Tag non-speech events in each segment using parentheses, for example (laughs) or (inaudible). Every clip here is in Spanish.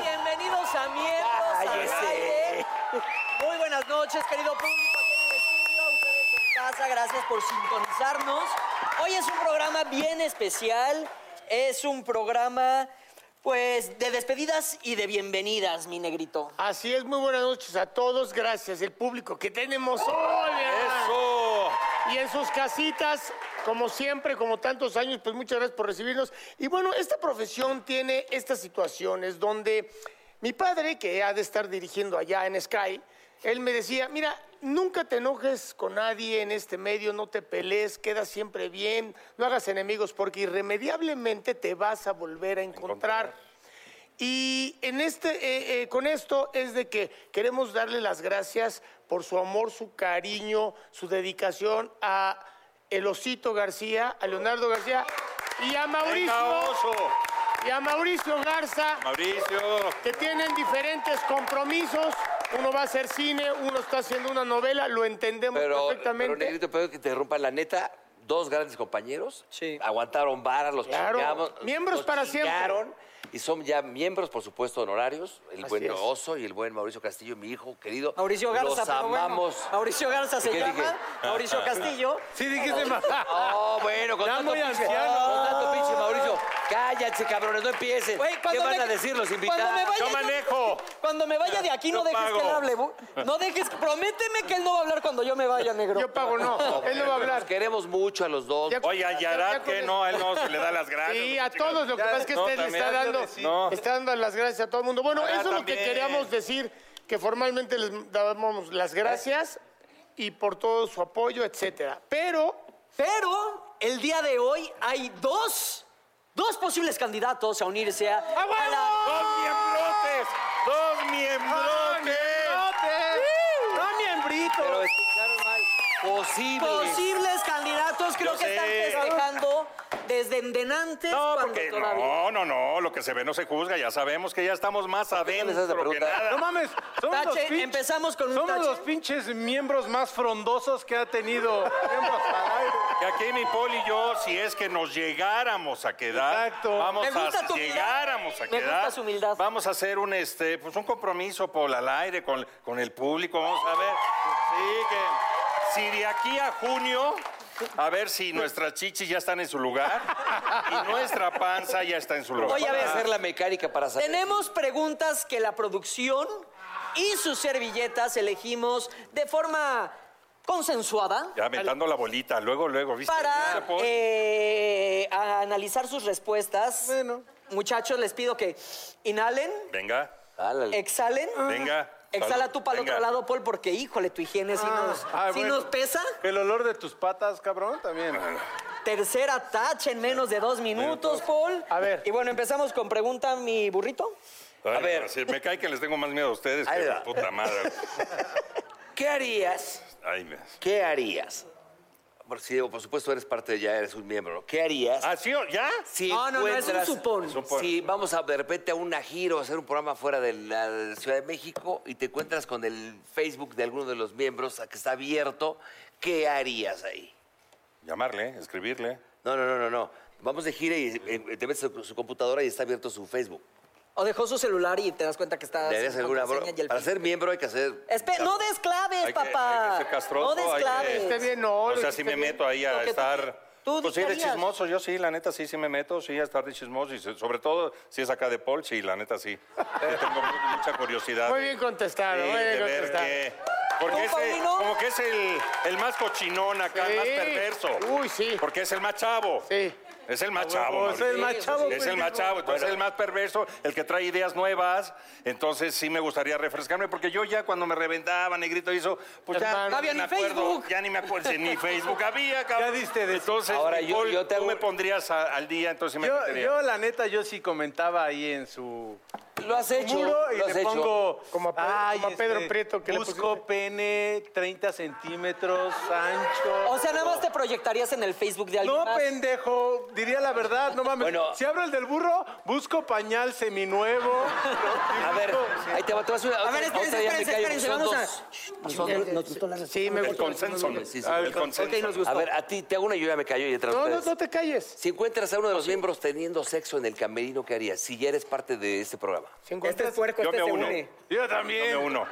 Bienvenidos a Miembros al Aire. Muy buenas noches, querido público aquí en el estudio, a ustedes en casa, gracias por sintonizarnos. Hoy es un programa bien especial, es un programa pues de despedidas y de bienvenidas, mi negrito. Así es, muy buenas noches a todos. Gracias, el público que tenemos hoy. ¿verdad? ¡Eso! Y en sus casitas, como siempre, como tantos años, pues muchas gracias por recibirnos. Y bueno, esta profesión tiene estas situaciones donde mi padre, que ha de estar dirigiendo allá en Sky, él me decía, mira, nunca te enojes con nadie en este medio, no te pelees, queda siempre bien, no hagas enemigos porque irremediablemente te vas a volver a encontrar. Y en este, eh, eh, con esto es de que queremos darle las gracias por su amor, su cariño, su dedicación a el Osito García, a Leonardo García y a ¡Venga, Mauricio oso! y a Mauricio Garza, ¡Mauricio! que tienen diferentes compromisos. Uno va a hacer cine, uno está haciendo una novela, lo entendemos Pero, pero perfectamente. Negrito, pero que te rompa la neta. Dos grandes compañeros. Sí. Aguantaron varas, los Claro. chingamos. Miembros los para siempre. chingaron, Y son ya miembros, por supuesto, honorarios. El Así buen es. Oso y el buen Mauricio Castillo, mi hijo querido. Mauricio Garza, Los pero bueno, amamos. Mauricio Garza se ¿Qué llama, dije? Ah, Mauricio Castillo. Sí, dijiste más. Oh, bueno, con Ya tanto muy pinche. anciano. Con tanto pinche, Mauricio. Cállense, cabrones, no empiecen. Güey, ¿Qué cuando van me- a decir los cuando invitados? me vaya ¡Yo yo- manejo! Cuando me vaya de aquí no Yo dejes que él pago. hable, bu- no dejes, prométeme que él no va a hablar cuando yo me vaya, negro. Yo pago, no, él no va a hablar. Los pues, queremos mucho a los dos. Ya- Oye, a ya Yarat, con que eso- no, a (laughs) él no se le da las gracias. Sí, a chingado. todos. Lo que pasa es que no, usted le también, está yo dando, decía. No. está dando las gracias a todo el mundo. Bueno, Ahora eso es lo que también. queríamos decir, que formalmente les dábamos las gracias y por todo su apoyo, etcétera. Pero Pero el día de hoy hay dos, dos posibles candidatos a unirse a, ¡A a la- huevo! ¡Dos miembrotes! ¡Dos miembrotes! ¡No, miembrito! Pero escucharon mal. Posible. posibles candidatos. Creo Yo que están sé. festejando desde endenantes. No, cuando porque todavía- no, no, no, lo que se ve no se juzga, ya sabemos que ya estamos más qué me adentro haces la que pregunta? nada. No mames, somos los Tache, pinches, empezamos con un somos tache. los pinches miembros más frondosos que ha tenido miembros al aire. Que aquí mi Paul y yo, si es que nos llegáramos a quedar, Exacto. vamos Me gusta tu a humildad. llegáramos a Me quedar, gusta su humildad. vamos a hacer un este, pues un compromiso Paul al aire con, con el público, vamos a ver, sí que si de aquí a junio a ver si nuestras chichis ya están en su lugar y nuestra panza ya está en su lugar. Oye, a Voy ver, a hacer la mecánica para saber. Tenemos preguntas que la producción y sus servilletas elegimos de forma consensuada Ya aventando la bolita, luego, luego, ¿viste? ¿Viste, para Paul? eh, analizar sus respuestas. Bueno. Muchachos, les pido que inhalen, Venga, Eh, Álale. exhalen. venga. Exhala salud, tú para el venga. otro lado, Paul, porque híjole, tu higiene sí nos, Ah, sí bueno. nos pesa. El olor de tus patas, cabrón, también. Tercera tacha en menos de dos minutos, Paul. A ver. Y bueno, empezamos con pregunta, mi burrito. Ay, A ver. sí, me cae que les tengo más miedo a ustedes Ahí que va. a mi puta madre. ¿Qué harías? Ay, me... ¿Qué harías? Porque si, por supuesto, eres parte de ya, eres un miembro. ¿Qué harías? ¿Ah, sí? ¿Ya? si No, no, no, es un encuentras- supón. Supón. Si vamos a de repente a una gira o a hacer un programa fuera de la Ciudad de México y te encuentras con el Facebook de alguno de los miembros a que está abierto, ¿qué harías ahí? Llamarle, escribirle. No, no, no, no, no. Vamos de gira y eh, te metes a su, su computadora y está abierto su Facebook. O dejó su celular y te das cuenta que está. Deberías sin hacer alguna contraseña bro- y el Para fin. ser miembro hay que hacer. Espe- no Hay desclaves, que- papá. hay que ser castroso, no hay que- desclaves. Está bien, no. O lo sea, si hiciste me bien. meto ahí Lo a que tú- estar. tú pues sí, de dictarías. chismoso, yo sí, la neta sí, sí me meto, sí, a estar de chismoso. Y se- sobre todo si es acá de Paul, sí, la (laughs) neta sí. Yo tengo mu- mucha curiosidad. Muy bien contestado, Sí, muy bien de ver contestado. qué. Porque ¿Tú, ese, Paulino? como que es el, el más cochinón acá, el más Sí. perverso. Uy, sí. Porque es el más chavo. Sí. Es el más chavo. Pues es Mauricio. el más chavo. Es el más chavo, entonces es el más perverso, el que trae ideas nuevas. Entonces sí me gustaría refrescarme, porque yo ya cuando me reventaba, negrito hizo, pues ya Hermano. No había me ni Facebook. Ya ni me acuerdo, si ni Facebook había, cabrón. Ya diste de- Entonces, Ahora, yo- Nicole, yo te tú hago- me pondrías a- al día, entonces sí me Yo, metería. yo, la neta, yo sí comentaba ahí en su Lo has hecho. muro y lo has le hecho. pongo. Como a Pedro- ay, este, este, como a Pedro Prieto que le Busco pusiste. pene 30 centímetros, ancho. O sea, nada más te proyectarías en el Facebook de alguien No, más. pendejo, diría la verdad, no mames. Bueno. si abro el del burro, busco pañal seminuevo. A ver, ahí te va, te vas una. A ver, espérense, espérense, espérense, vamos a... Sí, me El gusta. consenso. sí, sí. El consenso. Ok, nos gustó. A ver, a ti te hago una y yo ya me callo y detrás No, no, no te calles. Si encuentras a uno de los miembros teniendo sexo en el camerino, ¿qué harías? Si ya eres parte de este programa. Si Este encuentras- es puerco, Yo este me se uno. une. Yo Dame uno.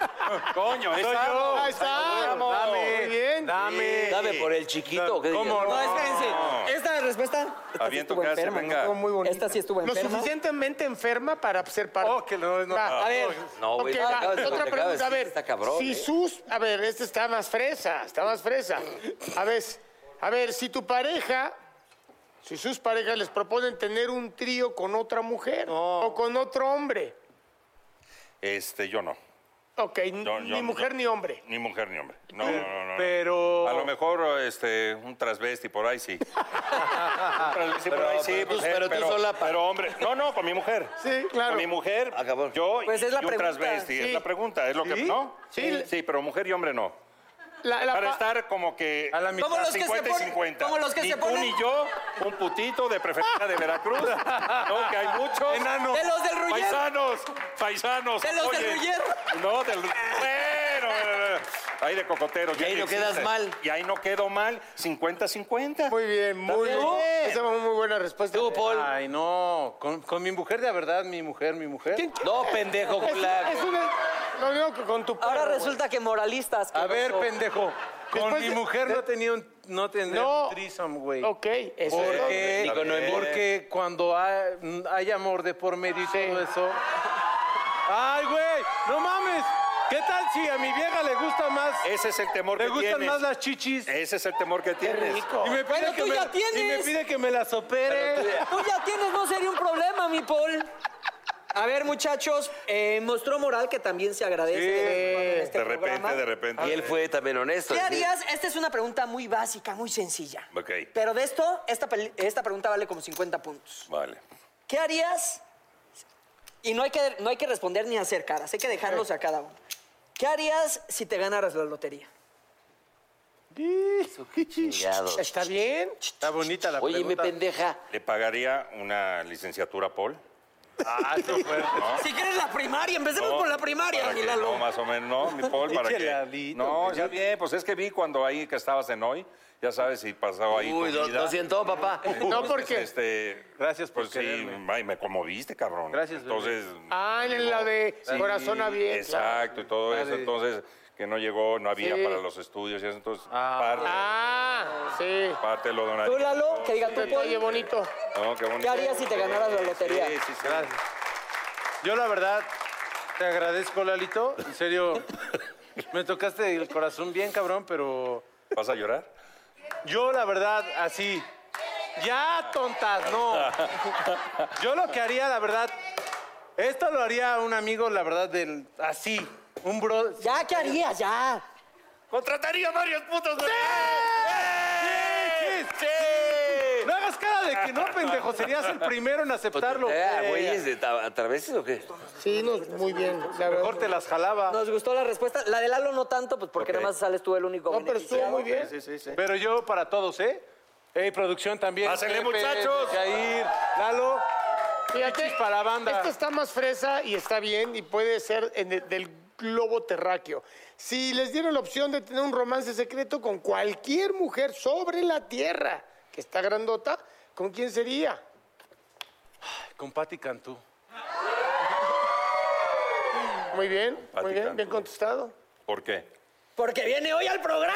Coño, ahí estamos, Ahí está. estamos. Dame, Muy bien. dame. Dame por el chiquito. ¿qué ¿Cómo dirías? No, espérense. Esta respuesta. Esta sí Aviento estuvo cárcel, enferma, ¿no? venga. Estuvo muy bonito. Esta sí estuvo Lo enferma. suficientemente enferma para ser parte. Oh, que no, no. Va, A ver. No, güey, Ok, lo que va, acabas de- lo otra que acabas de pregunta, a decir ver. está cabrón, si ¿eh? sus, a ver, este está más fresa, está más fresa. A ver, a ver, si tu pareja, si sus parejas les proponen tener un trío con otra mujer o con otro hombre. Este, yo no. Ok, Yo- ni yo- mujer yo- ni hombre. Ni mujer ni hombre. No, no, no, no. pero- A lo mejor este, un transvesti por ahí sí. un transvesti por ahí sí. pero tú- eh, pero tú sola pa- Pero hombre. No, no, con mi mujer. Sí, claro. Con mi mujer, Ah, cabrón. yo Pues es la y un pregunta, transvesti. sí. Es la pregunta, es lo que. ¿Sí? ¿No? Sí. Sí, pero mujer y hombre no. La- la Para pa- estar como que. A la mitad. Como los que se 50 y ponen- 50. como los que ni se tú ponen- ni yo, un putito de preferencia (laughs) de Veracruz. no, que hay muchos. Enano. De los del Ruller. Paisanos, paisanos. De los del oye. Ruller. No, del. Bueno, ahí de cocoteros. Y ahí ya no quedas mal. Y ahí no quedo mal. 50-50. Pues, Muy bien, muy bien. Esa fue muy buena respuesta. Ah, Tú, Paul. Ay, no. Con, con mi mujer, de verdad, mi mujer, mi mujer. ¿Quién- No, pendejo, Es, con la- es una- lo mismo que con tu Ahora perro, güey. resulta que moralistas. ¿qué A ver, pasó? pendejo. Con Después mi de- mujer no tenía un, no tendría No. un threesome, güey. Ok, eso es- Porque, Digo, no, en- porque cuando hay, hay amor de por medio y todo eso. ¡Ay, güey! ¡No mames! ¿Qué tal si a mi vieja le gusta más? Ese es el temor Le que gustan tienes. más las chichis. Ese es el temor que tienes. Y me pide Pero que tú me, ya tienes. y me pide que me las opere. Tú ya tienes, no sería un problema, mi Paul. A ver, muchachos, eh, mostró moral que también se agradece. de vez en cuando en este De repente, programa. de repente. Y él fue también honesto. ¿Qué es decir, harías? Esta es una pregunta muy básica, muy sencilla. Ok. Pero de esto, esta, peli- esta pregunta vale como 50 puntos. Vale. ¿Qué harías? Y no hay que, no hay que responder ni hacer caras, hay que dejarlos a cada uno. ¿Qué harías si te ganaras la lotería? chingado. ¿Está bien? Está bonita la Oye, mi pregunta. pendeja. ¿Le pagaría una licenciatura a Paul? Ah, eso fue. Si quieres la primaria, empecemos No, por la primaria, para mi que- Lalo. No, más o menos, no, mi Paul, para que... Cheladito, no, güey. ya bien, pues es que vi cuando ahí que estabas en hoy, ya sabes, y pasaba ahí Uy, tu lo, vida. lo (laughs) siento, (laughs) papá. No, Entonces, porque... Este, Gracias por pues sí, quererme. ay, me conmoviste, cabrón. Gracias, bebé. Entonces... Ah, en la de corazón abierto. Exacto, y todo eso, Vale. entonces, que no llegó, no había Sí. para los estudios, y eso, entonces, Ah, sí. parte, parte lo donaría. Tú, Lalo, que diga tú, Oye, Paul. bonito. No, qué bonito. ¿Qué harías si te ganaras la lotería? Sí, sí, sí. Gracias. Yo la verdad te agradezco, Lalito. En serio, me tocaste el corazón bien, cabrón, pero ¿Vas a llorar? yo la verdad así. Ya tontas, no. Yo lo que haría, la verdad, esto lo haría un amigo, la verdad, del así, un bro. Ya, ¿qué harías? Ya. ¡Contrataría varios putos! ¡Sí! ¡Sí! No hagas cara de que no, pendejo, serías el primero en aceptarlo. Ah, Eh, güey, ¿es de tra- traveses o qué? Sí, no, muy bien. La verdad. Mejor te las jalaba. Nos gustó la respuesta. La de Lalo no tanto, pues porque nada más sales tú el único No, pero estuvo beneficiado. muy bien. Pero yo para todos, ¿eh? Ey, producción también. Pásenle, Pepe, muchachos. Jair, Lalo. Fíjate, Pichis para la banda. Esta está más fresa y está bien y puede ser en el- del globo terráqueo. Si les dieron la opción de tener un romance secreto con cualquier mujer sobre la Tierra que está grandota, ¿Con quién sería? Con Patti Cantú. Muy bien, muy bien, Platicando. bien contestado. ¿Por qué? Porque viene hoy al programa.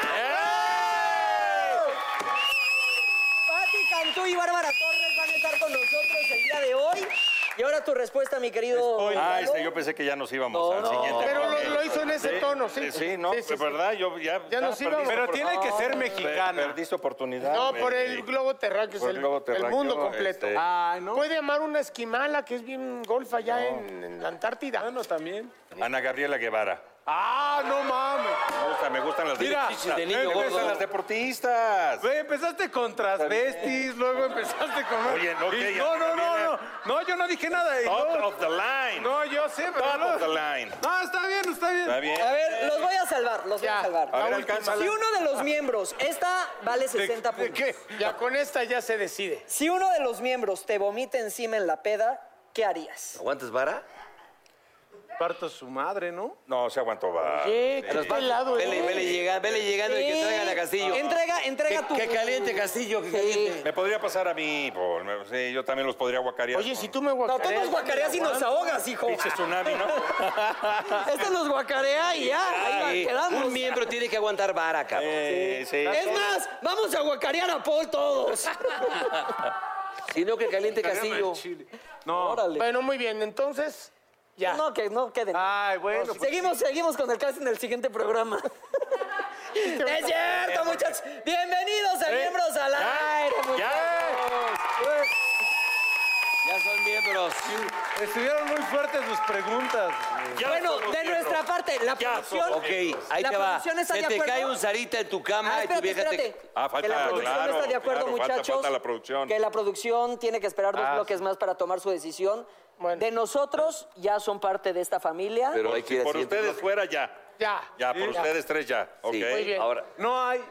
Pati Cantú y Bárbara Torres van a estar con nosotros el día de hoy. Y ahora tu respuesta, mi querido. Ah, Lalo. este, yo pensé que ya nos íbamos No, al no. siguiente. Pero lo, bloque. lo hizo en ese Sí, tono, sí. Sí, no, Sí, sí, sí. verdad, yo ya. Ya nos perdí íbamos. esa Pero tiene que ser oportunidad. mexicana. Per- Perdiste oportunidad. este, No, por güey. el globo terráqueo, es Por el, el globo el terráqueo, mundo completo. este- Ay, ¿no? Puede amar una esquimala que es bien golfa allá en, en la Antártida. Bueno, también. Ana Gabriela Guevara. Ah, no mames. Me gustan, me gustan las Mira, eh, deportistas. de niño me gordo. gustan las deportistas. Güey, empezaste con transvestis, luego empezaste con... (laughs) Oye, no, Y- que ella no, no, no, también, no, no, yo no dije nada. y Top no, of the line. no, yo sé, pero... Top no- of the line. No, está bien, está bien. Está bien. A ver, los voy a salvar, los voy Ya. a salvar. A ver, la alcanza. Si uno de los miembros, esta vale 60 puntos. Ya con esta ya se decide. Si uno de los miembros te vomita encima en la peda, ¿qué harías? ¿Aguantas vara? Parto su madre, ¿no? No, se aguantó, va. Qué lado, Vele, ¿eh? vele, llega- vele llegando y que traigan a Castillo. Entrega, entrega tu. Que, que caliente Castillo, que caliente. Me podría pasar a mí, por, sí, yo también los podría guacarear. Oye, con- si tú me No, guacareas... tú nos guacareas y nos ahogas, hijo. Pinche tsunami, ¿no? (laughs) Este nos guacarea y ya, ahí Ay, va, quedamos. un miembro tiene que aguantar vara, cabrón. Eh, sí. Es más, vamos a guacarear a Paul todos. Ah, Si no, que caliente Castillo. No. Órale. Bueno, muy bien, entonces... Ya. No, que no queden. Ay, bueno. pues- Seguimos, seguimos con el casting del siguiente programa. (laughs) es cierto, muchachos. Bienvenidos Eh, a Miembros al Aire, muchachos. Ya son miembros. Estuvieron muy fuertes sus preguntas. Ya Bueno, somos de miembros. nuestra parte, la producción. Ok, ahí ¿La te va. producción está Se de te acuerdo? cae un zarita en tu cama Ah, y tu espérate, vieja espérate. te... Ah, que falta, la producción claro, está de acuerdo, claro, falta, muchachos. falta la producción. Ah, Que la producción tiene que esperar dos bloques más para tomar su decisión. Bueno. De nosotros ya son parte de esta familia. Pero hay que Si ir al por siguiente ustedes bloque. fuera ya. Ya. Ya, por ustedes tres ya. Ok. Sí. Muy bien. Ahora, No hay.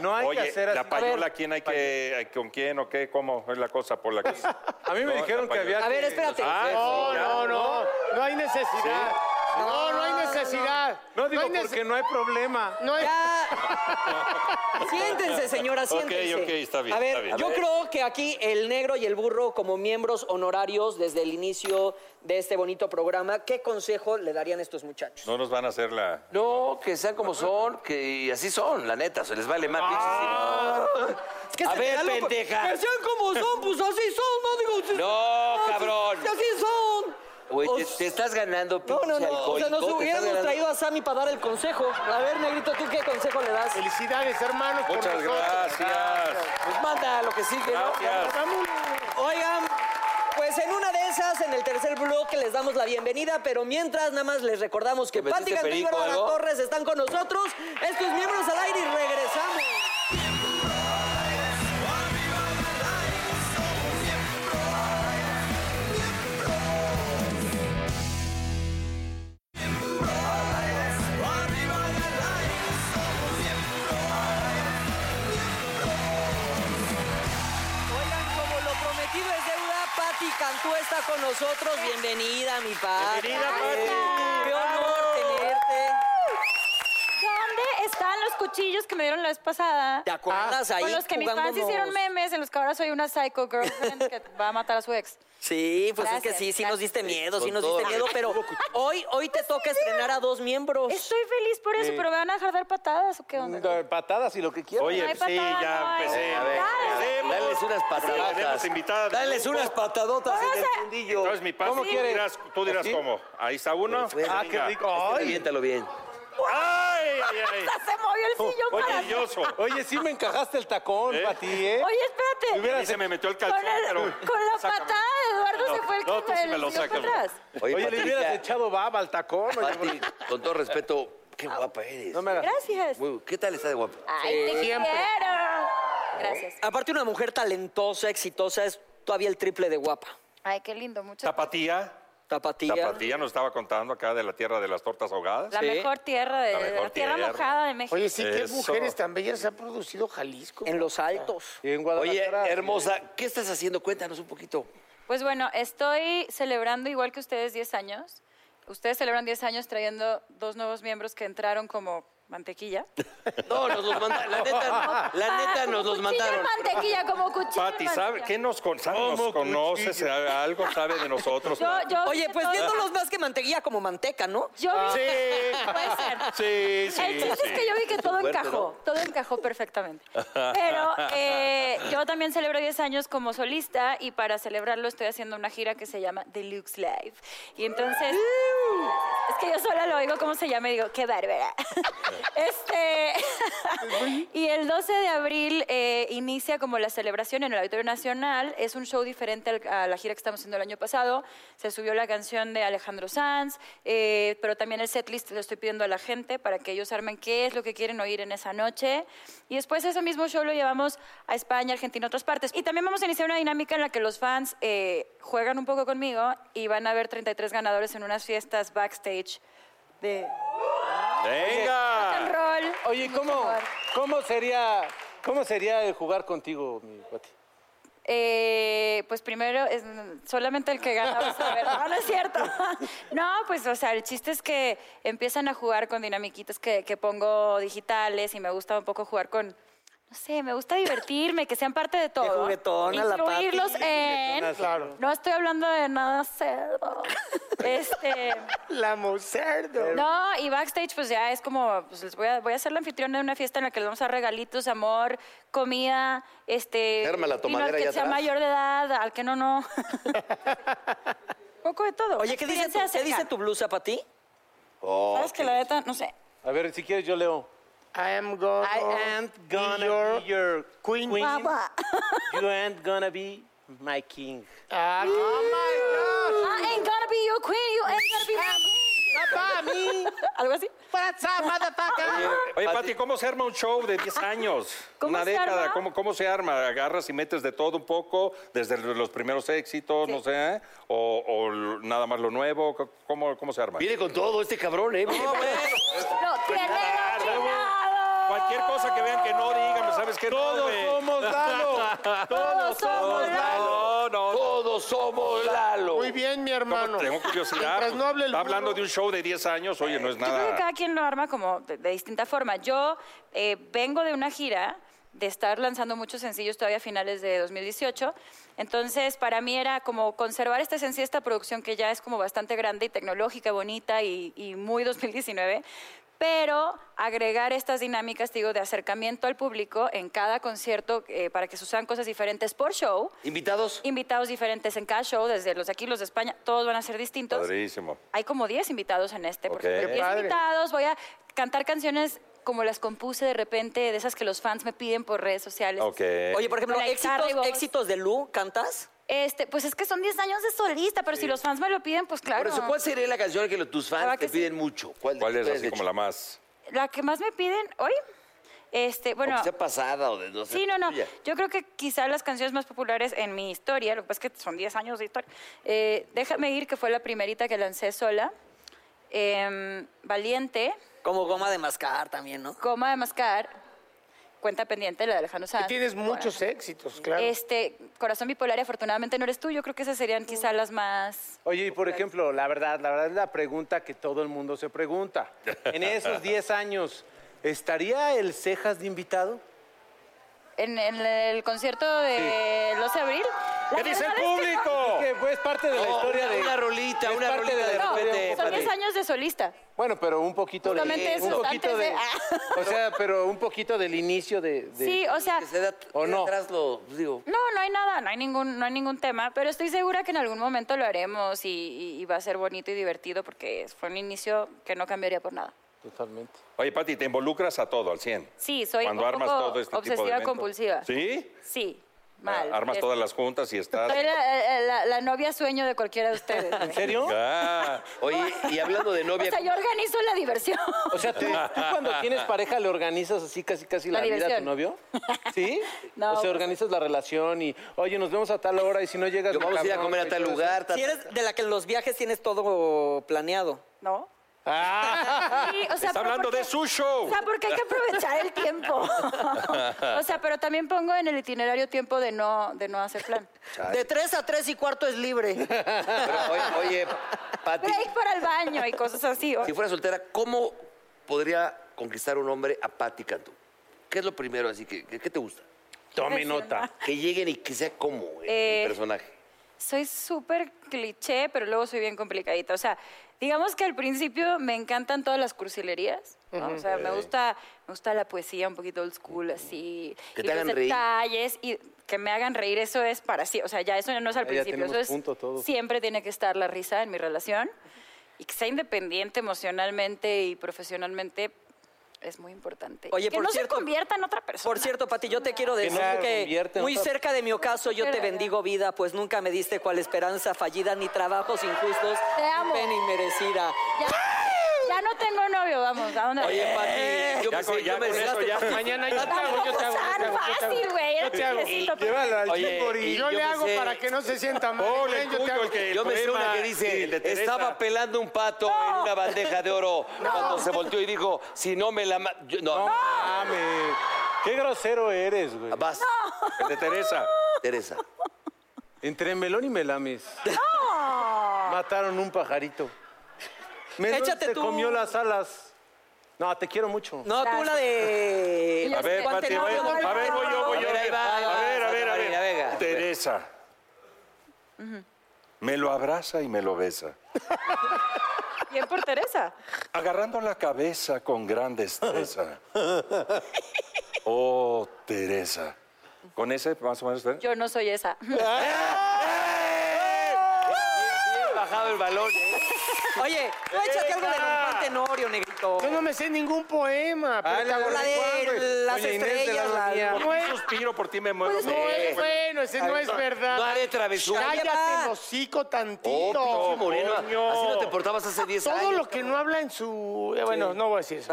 No hay que Oye, hacer así. la payola, ver. ¿quién hay que, hay- con quién o qué? ¿Cómo es la cosa por la (laughs) que? A mí me No, dijeron la que payola. había. A ver, que- espérate. Ah, No, ya. no, no. No hay necesidad. No, no hay necesidad. No digo hay nece- porque no hay problema. No hay... (laughs) Ya. siéntense, señora, siéntense. ok, está bien, A ver, está bien. yo A ver. creo que aquí el negro y el burro, como miembros honorarios desde el inicio de este bonito programa, ¿qué consejo le darían estos muchachos? No nos van a hacer la. no, que sean como son, que así son, la neta, se les vale más. pinches- Es que A se te ver, da lo- pendeja. Que sean como son, pues así son, no digo. si- No, si- cabrón. si así son. Güey, te, Pues, Os- te estás ganando, pinche No, no, no. O sea, alcohólico, nos te estás hubiéramos ganando- traído a Sammy para dar el consejo. A ver, negrito, ¿tú qué consejo le das? Felicidades, hermanos, por Muchas nosotros. gracias. Pues manda lo que sigue, ¿no? Gracias. Vámonos. Oigan, pues en una de esas, en el tercer bloque, les damos la bienvenida, pero mientras nada más les recordamos que ¿Te metiste Pati Cantú y perico o Bárbara algo? Torres están con nosotros. Estos miembros al aire y regresamos. Oigan, como lo prometido es deuda, Pati Cantú está con nosotros. Bienvenida, mi Pati. Bienvenida, Qué honor tenerte. ¿Dónde están los cuchillos que me dieron la vez pasada? Ah. ¿Te acuerdas ahí Con los que mis fans jugándonos? hicieron memes, en los que ahora soy una psycho girlfriend que va a matar a su (laughs) ex. Sí, pues es que Gracias, sí, sí gracias. nos diste miedo, sí Con nos diste todo. miedo, pero hoy, hoy te toca estrenar a dos miembros. Estoy feliz por eso, pero ¿me van a dejar dar patadas o qué onda? Patadas y lo que quieras. Oye, No hay sí, patada, no ya hay empecé. patada. Dales unas Tenemos patadotas. invitadas. Dales unas patadotas en el fundillo. ¿Sabes mi paso? ¿Cómo tú quieres? dirás, tú dirás ¿Así? cómo. Ahí está uno. Ah, qué Venga. Este rico. Ay. este, Aviéntalo bien. ¡Ay, ay, ay! Hasta se Oh, movió el sillón para... Oye, yoso. Oye, sí me encajaste el tacón, ¿Eh? Pati, ¿eh? Oye, Me espérate. A hubiera- mí se me metió el Con, calzón, el- pero... con la patada de Eduardo se fue el que No, tú sí me lo el sillón para sacas. atrás. Oye, Pati, le hubieras ya- echado baba al tacón. oye, Pati, con todo respeto, qué guapa eres. no me hagas- Gracias. Güey, ¿Qué tal está de guapa? Ay, te quiero. Gracias. Aparte, una mujer talentosa, exitosa, es todavía el triple de guapa. Ay, qué lindo, muchas Tapatía. Tapatía. Tapatía nos estaba contando acá de la tierra de las tortas ahogadas. La Sí. mejor tierra de... La La, mejor tierra tierra. mojada de México. Oye, sí, qué Eso. mujeres tan bellas se ha producido Jalisco. En los altos. Y Oye, en Guadalajara. hermosa, ¿qué estás haciendo? Cuéntanos un poquito. Pues bueno, estoy celebrando igual que ustedes 10 años. Ustedes celebran 10 años trayendo dos nuevos miembros que entraron como (laughs) mantequilla. Ah, No, nos los mandaron. La (laughs) (laughs) neta, la neta nos los Cuchillo en mandaron. mantequilla, como cuchillo. en Pati, ¿sabe mantequilla. qué nos, con- sabe- nos ¿Cómo conoces? ¿Algo sabe de nosotros? Yo, yo Oye, hice pues todo- viéndolos más que mantequilla, como manteca, ¿no? Yo vi- Sí. Puede ser. Sí, sí, El chiste es que yo vi que todo fuerte, encajó, todo encajó perfectamente. Pero eh, yo también celebro 10 años como solista y para celebrarlo estoy haciendo una gira que se llama Deluxe Live. Y entonces, es que yo sola lo oigo cómo se llama y digo, qué bárbara. este, (laughs) y el 12 de abril eh, inicia como la celebración en el Auditorio Nacional. Es un show diferente al- a la gira que estamos haciendo el año pasado. Se subió la canción de Alejandro Sanz, eh, pero también el setlist lo estoy pidiendo a la gente para que ellos armen qué es lo que quieren oír en esa noche. Y después ese mismo show lo llevamos a España, Argentina, a otras partes. Y también vamos a iniciar una dinámica en la que los fans eh, juegan un poco conmigo y van a ver 33 ganadores en unas fiestas backstage de rock and ¡Venga! roll. Oye, ¿cómo, cómo, sería, ¿cómo sería el jugar contigo, mi Pati? Eh, pues primero, es solamente el que gana va a saber. No, no es cierto. (laughs) No, pues, o sea, el chiste es que empiezan a jugar con dinamiquitas que, que pongo digitales y me gusta un poco jugar con. No sé, me gusta divertirme, que sean parte (laughs) de todo. juguetona la Pati. Incluirlos en. Claro. No estoy hablando de nada (laughs) cerdo. Este. La Monserdo. No, y backstage pues ya es como, pues les voy a, voy a ser la anfitriona de una fiesta en la que les vamos a dar regalitos, amor, comida, este... Arma la vino tomadera al que allá sea atrás. mayor de edad, al que (laughs) no, no. poco de todo. Oye, ¿qué dice, tu, Experiencia ¿qué dice cercana. tu blusa para ti? Sabes que la neta, no sé. A ver, si quieres yo leo. I am gonna. Oh. be your- your queen. Papá. You ain't gonna be my king. Ah, no. I ain't gonna be your queen, you ain't gonna be my queen. (laughs) Algo así. Oye, Pati, ¿cómo se arma un show de 10 años? Ah, ¿Cómo Una se década, arma? ¿Cómo, ¿cómo se arma? ¿Agarras y metes de todo un poco, desde los primeros éxitos, no sé, o, o nada más lo nuevo? ¿Cómo, cómo se arma? Viene con todo este cabrón, ¿eh? Viene- No, tiene Ah, luego, dominado. Cualquier cosa que vean que no digan, pues, ¿sabes qué? Todos Nueve. somos Lalo. Todos somos Lalo. No, no, no. Todos somos Lalo. Muy bien, mi No, hermano. Tengo curiosidad. pues, Mientras no hable el Está hablando burro. de un show de 10 años, oye, no es Yo creo que nada. cada quien lo arma como de, de distinta forma. Yo eh, vengo de una gira de estar lanzando muchos sencillos todavía a finales de 2018. Entonces, para mí era como conservar esta esencia, de esta producción que ya es como bastante grande y tecnológica, bonita y, y muy 2019, pero agregar estas dinámicas, digo, de acercamiento al público en cada concierto eh, para que sucedan cosas diferentes por show, ¿Invitados? invitados diferentes en cada show, desde los de aquí, los de España, todos van a ser distintos. Padrísimo. Hay como 10 invitados en este, por Ok. ejemplo. Qué 10 padre. invitados, voy a cantar canciones como las compuse de repente, de esas que los fans me piden por redes sociales. Ok. Oye, por ejemplo, Hola, éxitos, Carly, vos. éxitos de Lu, ¿cantas? Este, pues es que son 10 años de solista, pero si los fans me lo piden, pues claro. Por eso, ¿cuál sería la canción que lo- tus Ahora fans te que sí. piden mucho? ¿Cuál, ¿Cuál es pues, tú has así hecho? como la más? La que más me piden hoy, este, O bueno, que sea pasada o de no sé, Sí, no, no. tuya. Yo creo que quizá las canciones más populares en mi historia, lo que pasa es que son 10 años de historia. eh, Déjame ir, que fue la primerita que lancé sola. em, Valiente, Como goma de mascar también, ¿no? Goma de Mascar, Cuenta Pendiente, la de Alejandro Que Sanz. tienes Bueno, muchos éxitos, claro. Este, Corazón Bipolar, y afortunadamente no eres tú. Yo creo que esas serían quizá las más... Oye, y por ejemplo, la verdad, la verdad es la pregunta que todo el mundo se pregunta. En esos 10 años, ¿estaría el Cejas de invitado? En, en el concierto de los de abril... la ¿Qué dice el verdad es que no. público? Que pues parte de la No, historia una- de... una rolita, es una parte rolita de No, repente, son Pati. 10 años de solista. Bueno, pero un poquito Justamente de... eso, un poquito antes de- (laughs) de... Ah. O sea, pero un poquito del inicio de... de- Sí, o sea... Que se da, ¿O que no? atrás lo, pues, digo, No, no hay nada, no hay ningún, no hay ningún tema, pero estoy segura que en algún momento lo haremos y, y- y va a ser bonito y divertido porque fue un inicio que no cambiaría por nada. Totalmente. Oye, Pati, te involucras a todo, al 100. Sí, soy Cuando un armas poco todo este tipo de obsesiva eventos. compulsiva. ¿Sí? Sí, mal. Ah, Armas Es- todas las juntas y estás... Soy la, eh, la- la novia sueño de cualquiera de ustedes. ¿En (laughs) serio? Ah, oye, y hablando de O novia, sea, yo organizo la diversión. O sea, ¿tú, tú (laughs) cuando tienes pareja le organizas así casi casi la, La vida a tu diversión. (laughs) novio? ¿Sí? No, o sea, pues- organizas la relación y, oye, nos vemos a tal hora y si no llegas... yo me vamos a ir a cabrón", comer y a tal todo eso. lugar, tal- Si eres de la que en los viajes tienes todo planeado. ¿No? Ah, Sí, o sea, está pero hablando porque- de su show. O sea, porque hay que aprovechar el tiempo. (laughs) o sea, pero también pongo en el itinerario tiempo de no, de no hacer plan. De tres a tres y cuarto es libre. Pero, oye, oye, Pati, Break para el baño y cosas así. o- si fuera soltera, ¿cómo podría conquistar un hombre a Patti Cantú? ¿Qué es lo primero? Así que, ¿qué qué te gusta? Tome nota. Que lleguen y que sea como el- el Eh, personaje. Soy súper cliché, pero luego soy bien complicadita. O sea, digamos que al principio me encantan todas las cursilerías. ¿no? O sea, me gusta, me gusta la poesía un poquito old school, así. Que y te hagan los reír. detalles y que me hagan reír, eso es para sí. O sea, ya eso no es al Ya principio. tenemos Eso es, punto todos. siempre tiene que estar la risa en mi relación. Y que sea independiente emocionalmente y profesionalmente es muy importante. Oye, Y que por no cierto- se convierta en otra persona. Por cierto, Pati, yo te quiero decir no se que, convierte en muy otra- cerca de mi ocaso yo te bendigo vida, pues nunca me diste cual esperanza fallida ni trabajos injustos, Te ni amo. pena inmerecida. Ya, ya no tengo novio, vamos, ¿a dónde? Oye, Pati, Yo Eh. Ya pensé- con- yo ya con pensé- eso ya. Mañana yo te hago, yo te hago. yo te hago, yo te Tan hago. fácil, güey. Era Yo te hago. chistecito, pero- Llévala al Oye, Chimbori. Y yo le hago para que no se sienta mal. Oh, el Ven, yo te tuyo, hago. el que- Yo me sé poema una que de- de dice, Teresa. estaba pelando un pato en una bandeja de oro cuando se volteó y dijo, si no me la... ma- yo- no, Mames. Qué grosero eres, güey. vas, El de Teresa. Teresa. Entre melón y melames. Ah. Mataron un pajarito. Melón Échate se tú. comió las alas. No, te quiero mucho. No, tú la de... A ver, Juan Pati, Tenorio, voy- Juan a ver, voy yo, voy yo. A ver, ahí va, ahí va. A ver, a ver, a Marina, venga. ver. Teresa. Me lo abraza y me lo besa. Bien por Teresa. Agarrando la cabeza con (laughs) gran destreza. Oh, Teresa. Con ese, más o menos, ¿eh? Yo no soy (laughs) esa. Bajado el balón. ¿eh? Oye, tú échate algo de Don Juan Tenorio, negrito. Yo no me sé ningún poema. pero te hago la la- de las Doña Inés de estrellas, la la- Mía. Por ti suspiro, por ti me muero. Pues, No es bueno, ese no es verdad. No haré travesura. Cállate el hocico Oh, tantito. pinche moreno. coño. Así no te portabas hace 10 años. Todo lo que no habla en su... eh, Bueno, no voy a decir eso.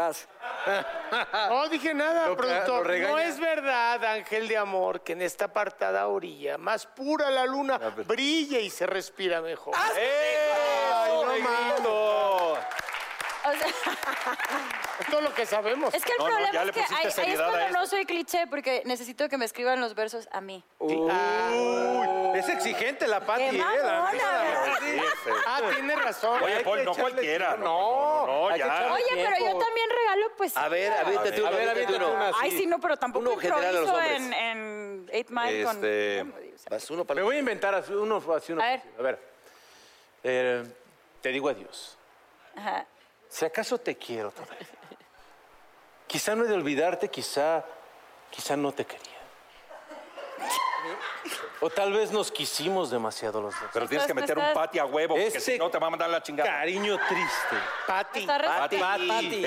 No dije nada, Ah, Lo que- lo productor. regaña. No es verdad, ángel de amor, que en esta apartada orilla, más pura la luna, brilla y se respira mejor. Ah, O sea, Es todo lo que sabemos. es que el No, no, problema ya le es que pusiste ahí, ahí es seriedad a cuando esto. no soy cliché porque necesito que me escriban los versos a mí. Ah, Uy, es exigente la Pati, ¡Qué ¿eh? La mamona, neta, la verdad! verdad, sí. Ah, tienes razón. Oye, Hay Paul, que no echarle cualquiera. tiempo. No, no, no, hay que ya. echarle- Oye, pero yo también regalo, pues. A ver, a ver, A ver, aviéntate una así. Ay, sí, no, pero tampoco Uno general a los improviso hombres. en, en Eight Mile Este, con... Vas uno para Me voy a inventar así, uno así, uno A ver. así. A ver. Eh, te digo adiós. Ajá. Si acaso te quiero todavía. Quizá no he de olvidarte, quizá, quizá no te quería. O tal vez nos quisimos demasiado los dos. Pero tienes que meter un pati a huevo, porque Este- si no te va a mandar la chingada. Cariño triste. Pati. Está Pati. respetando. Pati.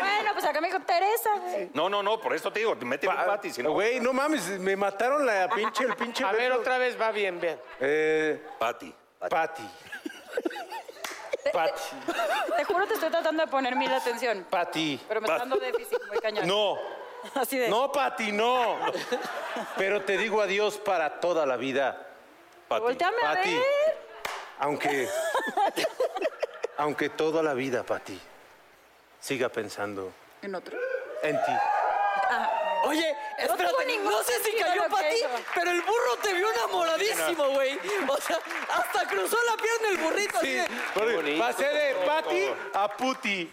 Bueno, pues acá me dijo Teresa. No, no, no, por eso te digo, mete un pati, si no. Güey, no mames, me mataron la pinche, el pinche. A ver, verso. otra vez va bien, bien. Eh, Pati. Pati. Pati. Te juro, te estoy tratando de poner mil atención. Pati. Pero me está dando déficit muy cañón. No, Así de. (laughs) no, Pati, no. Pero te digo adiós para toda la vida. Volteame a Pati, ver. aunque, (laughs) aunque toda la vida, Pati, siga pensando En otro. en ti. Oye, tuvo espérate, ningún no sé si sentido lo cayó que para ti, hizo. pero el burro te vio enamoradísimo, güey. O sea, hasta cruzó la pierna el burrito. así de- Porque Pasé de eh, Pati a Puti.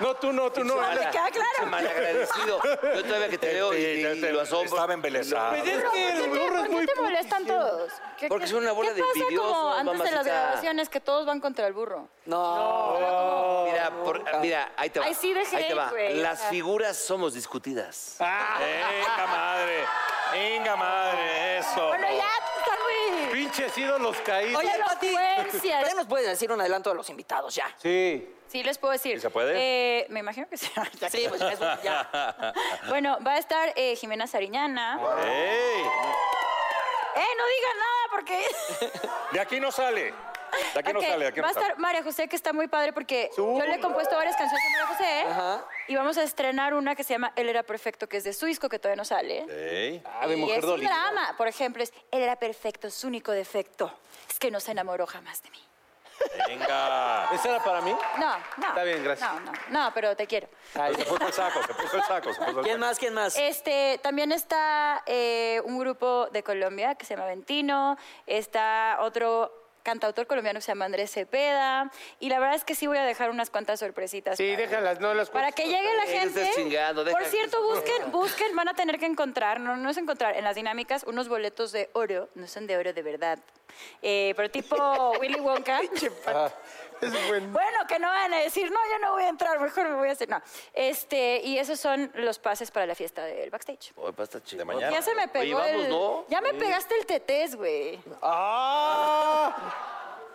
no, tú no, tú no. Me Alex. queda claro. Malagradecido. Yo todavía que te veo y, y- y lo asombro. Estaba embelesado. Pues es que el ¿Por burro qué es muy te puti molestan siempre. todos? ¿Qué- Porque qué- son una bola de ¿Qué pasa como envidiosos, antes de las mamacita? grabaciones que todos van contra el burro? No. Mira, por- mira, ahí te va. Ay, sí, de ahí te hate, va. güey, Las o sea. figuras somos discutidas. Ah. Venga, madre. Eh, Venga, madre, eso. Bueno, ya, están muy... Pinches ídolos caídos. Oye, Qué Pati, elocuencia. ya nos puedes decir un adelanto de los invitados, ya. Sí. Sí, les puedo decir. ¿Y se puede? Eh, me imagino que sí. (laughs) Sí, pues ya es un- (laughs) ya. bueno, va a estar eh, Jimena Sariñana. (laughs) Ah. ¡Ey! ¡Eh, no digan nada porque... De aquí no sale. De aquí no Ok, sale, de aquí va no a sale. estar María José, que está muy padre porque yo le he compuesto varias canciones a María José. Y vamos a estrenar una que se llama Él era perfecto, que es de su disco, que todavía no sale. Ey. Ah, de y mujer es un dolida. drama. Por ejemplo, es Él era perfecto, su único defecto es que no se enamoró jamás de mí. (laughs) Venga. ¿Esa era para mí? No, no. Está bien, gracias. No, no, no, pero te quiero. Se puso el saco, se puso el saco, se puso el ¿Quién saco. más? ¿Quién más? Este, también eh, está eh, un grupo de Colombia que se llama Ventino. Está otro cantautor colombiano que se llama Andrés Cepeda. Y la verdad es que sí voy a dejar unas cuantas sorpresitas. Sí, para- déjalas, no las Para que llegue Deja la que estés gente. chingando, deja Por que cierto, estés- busquen, busquen, van a tener que encontrar, no, no es encontrar, en las dinámicas unos boletos de oro, no son de oro de verdad, eh, pero tipo (laughs) Willy Wonka. Es bueno. Bueno, que no van a decir, no, yo no voy a entrar, mejor me voy a hacer, no. Este, y esos son los pases para la fiesta del backstage. Oye, pa, está chido. De mañana. Ya se me pegó Oye, vamos, el- ¿no? Ya me pegaste el tetés, güey. ¡Ah!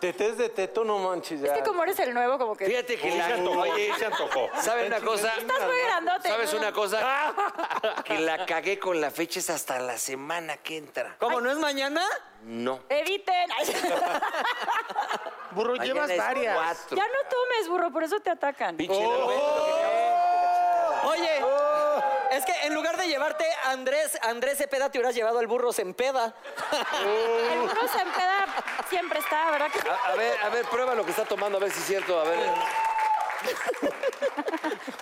Tetés de teto, no manches. Ya. Es que Este como eres el nuevo, como que... Fíjate que Sí se la... antojó, Oye, sí se antojó. ¿saben una cosa? Estás muy grandote. ¿Sabes ¿no? una cosa? (laughs) Que la cagué con la fecha es hasta la semana que entra. ¿Cómo, no es mañana? No. Eviten. (laughs) Ay, Burro, Mañana llevas es varias. cuatro. ya no tomes, burro, por eso te atacan. Pinche Lalo. Oye, es que en lugar de llevarte a Andrés, Andrés Cepeda, te hubieras llevado al burro Sempeda. El burro se empeda siempre está, ¿verdad? que sí? A, a ver, a ver, prueba lo que está tomando, a ver si es cierto. A ver.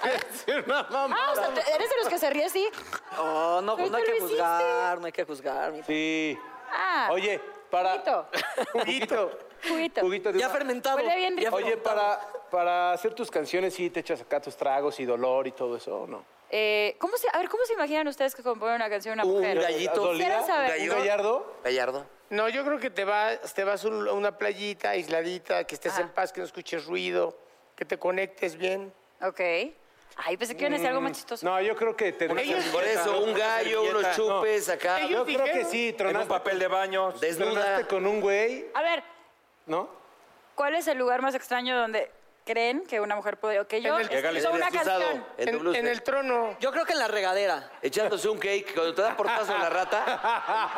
Ah, o sea, te- eres de los que se ríe así. (laughs) Oh, no, Pero no hay tú que Pues lo hiciste. juzgar, no hay que juzgar. Sí. Ah, Oye, para. Juguito. (laughs) Juguito. Juguito. Juguito de Ya una- fermentado. Huele bien Ya rico. Oye, para, para hacer tus canciones, sí te echas acá tus tragos y dolor y todo eso, ¿o no? Eh, ¿cómo se, a ver, ¿cómo se imaginan ustedes que compone una canción una mujer? gallito. Quisiera saber. ¿Un gallardo? Gallardo. No, yo creo que te vas, te vas un- a una playita aisladita, que estés en Ah. paz, que no escuches ruido, que te conectes bien. Ok. Ay, pensé que iban a decir algo Mm, más chistoso. No, yo creo que te... Ellos- Por eso, un gallo, servilleta. unos chupes acá. Ellos- Yo creo que dijeron sí, En tronaste, un papel de baño. Desnuda. tronaste con un güey, A ver, ¿no? ¿cuál es el lugar más extraño donde creen que una mujer puede... Ok, yo En el- escribo una canción. En, tu eh. En, blusa. en el trono. Yo creo que en la regadera. Echándose un cake, cuando te da portazo la (laughs) rata.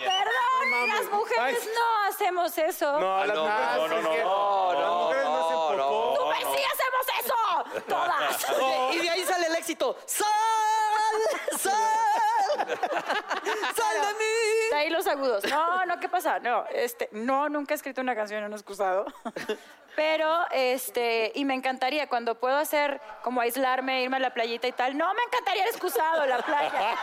Perdón, las mujeres Ay. no hacemos eso. No, las no, mujeres... Ah, no, no, es que- no, Las mujeres no hacen popó. ¡Tú ves, sí hacemos (laughs) eso! ¡Todas! Oye, Y de ahí sale el éxito. ¡Sal! ¡Sal! ¡Sal de mí! De ahí los agudos. No, no, ¿qué pasa? No, este, no, nunca he escrito una canción en un excusado. Pero, este, y me encantaría cuando puedo hacer como aislarme, irme a la playita y tal. No, me encantaría el excusado, la playa.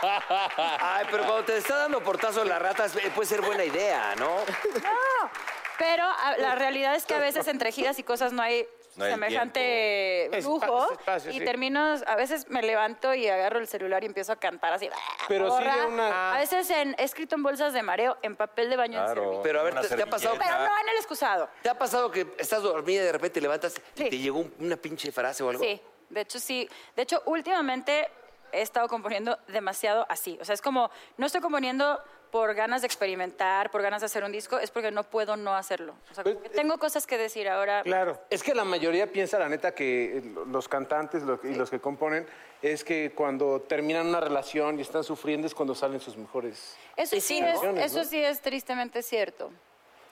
Ay, pero cuando te está dando portazo la rata, eh, puede ser buena idea, ¿no? No. Pero a- la realidad es que a veces entre giras y cosas no hay No hay semejante tiempo. lujo. Espa- espacio, y sí. termino, a veces me levanto y agarro el celular y empiezo a cantar así. Pero sí de borra. una- A veces en, he escrito en bolsas de mareo, en papel de baño, en Claro. servilleta. Pero a ver, Una ¿te, te ha pasado? Pero no en el excusado. ¿Te ha pasado que estás dormida y de repente levantas y Sí. te llegó un- una pinche frase o algo? Sí, de hecho sí. De hecho, últimamente he estado componiendo demasiado así. O sea, es como, no estoy componiendo por ganas de experimentar, por ganas de hacer un disco, es porque no puedo no hacerlo. O sea, como Pues, que tengo cosas que decir ahora. Claro. Es que la mayoría piensa, la neta, que los cantantes lo- y los que componen es que cuando terminan una relación y están sufriendo es cuando salen sus mejores. Eso, Y sí sí, es, ¿no? eso sí es tristemente cierto.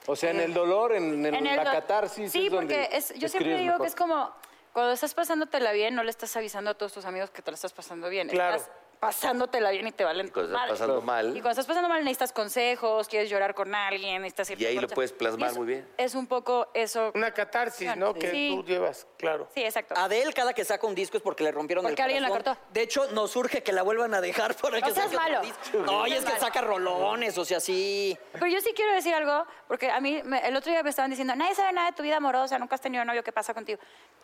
O sea, en el dolor, en, el- En el la do- catarsis. Sí, es donde porque es- yo siempre escribes digo mejor. que es como, cuando estás pasándotela bien, no le estás avisando a todos tus amigos que te la estás pasando bien. Claro. Estás pasándotela bien y te valen Y cuando estás madre. pasando mal. Y cuando estás pasando mal necesitas consejos, quieres llorar con alguien, necesitas ir Y ahí con- lo puedes plasmar Y es- muy bien. Es un poco eso. Una catarsis, ¿no? Que Sí. tú llevas, claro. Sí, exacto. Ah. Adele, cada que saca un disco es porque le rompieron Porque el alguien la corazón. cortó. De hecho, nos surge que la vuelvan a dejar para No que seas saque otro malo. disco. No, y es que saca rolones, o sea, sí. Pero yo sí quiero decir algo, porque a mí me- el otro día me estaban diciendo, nadie sabe nada de tu vida amorosa, nunca has tenido novio, ¿qué pasa contigo?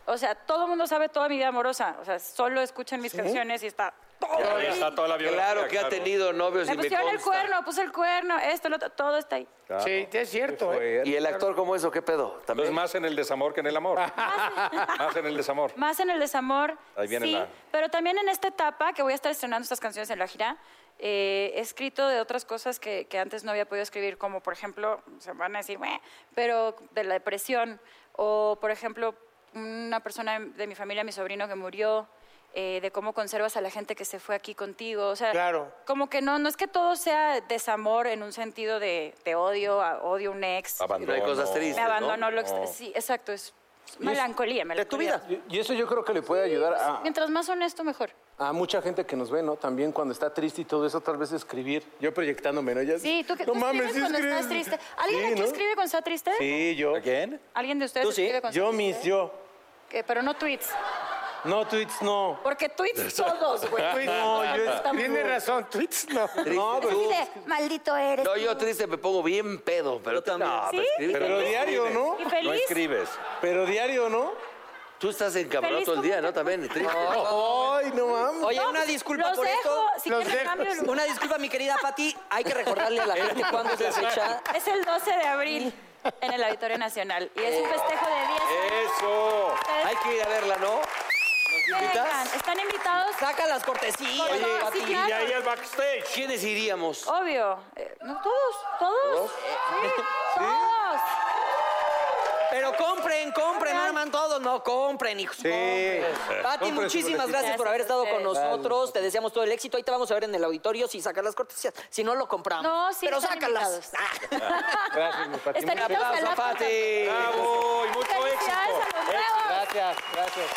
O sea, todo el mundo sabe toda mi vida amorosa. O sea, solo escuchen mis canciones y está todo. Ya ahí. está toda la violencia. Claro que ha tenido novios Me Pues, y me pusieron el consta. cuerno, puse el cuerno, esto, lo otro, todo está ahí. Sí, es cierto. ¿eh? ¿Y el actor cómo es o qué pedo? Es También. más en el desamor que en (laughs) el amor. más en el desamor. Más en el desamor, Ahí viene sí, la- pero también en esta etapa que voy a estar estrenando estas canciones en la gira, eh, he escrito de otras cosas que, que antes no había podido escribir, como por ejemplo, se van a decir, "Meh", pero de la depresión, o por ejemplo, una persona de mi familia, mi sobrino que murió, eh, de cómo conservas a la gente que se fue aquí contigo, o sea, Claro. como que no, no es que todo sea desamor en un sentido de te odio, a- odio a un ex, No Abandono. hay cosas tristes. me abandonó, lo ex- No. sí, exacto, es melancolía, melancolía. De tu vida. Y eso yo creo que le puede ayudar a, Mientras más honesto, mejor. a mucha gente que nos ve, ¿no? También cuando está triste y todo eso, tal vez escribir. Yo proyectándome, ¿no? Ya- Sí, tú que no tú mames, escribes sí cuando estás escribes. triste. ¿Alguien Sí, aquí ¿no? escribe cuando está triste? Sí, yo. ¿Quién? ¿Alguien de ustedes Tú sí. escribe cuando Yo está mis, triste? yo. Que- pero no tweets. No, tweets, no. Porque tweets todos, güey. (laughs) No, yo- Está muy Tiene bueno. razón, tweets no. No, Así de, maldito eres. No, yo triste me pongo bien pedo, pero Yo también. No, pues, pero ¿Sí? escribí- Pero diario, ¿no? Y No feliz. escribes. Pero diario, ¿no? Tú estás encabronado Feliz todo el día, como- ¿no? También, triste. Ay, no mames. Oye, una disculpa pues, los por dejo, esto. Si los quieren dejo. cambio, el- Una disculpa, mi querida Pati. Hay que recordarle a la gente cuándo es la fecha. Es el 12 de abril en el Auditorio Nacional. Y es un festejo de 10 ¿eh? Eso. Hay que ir a verla, ¿no? Vengan, Están invitados. Saca las cortesías, Oye, Pati. sí, Y claro. ahí el backstage. ¿Quiénes iríamos? Obvio. Eh, no, todos, todos. Eh, Sí, todos. Pero compren, compren, no hermano, todos, no, compren, hijos. compren. Pati, Compren, muchísimas sí. gracias por haber estado con Gracias. nosotros. Te deseamos todo el éxito. Ahí te vamos a ver en el auditorio si sacas las cortesías. Si no, lo compramos. No, sí, Pero están sácalas. Ah. (laughs) Gracias, mi Pati. Están Muchas invitados al Aplauso, After. Pati. Bravo. Y mucho éxito. Felicidades a los nuevos. Gracias, gracias.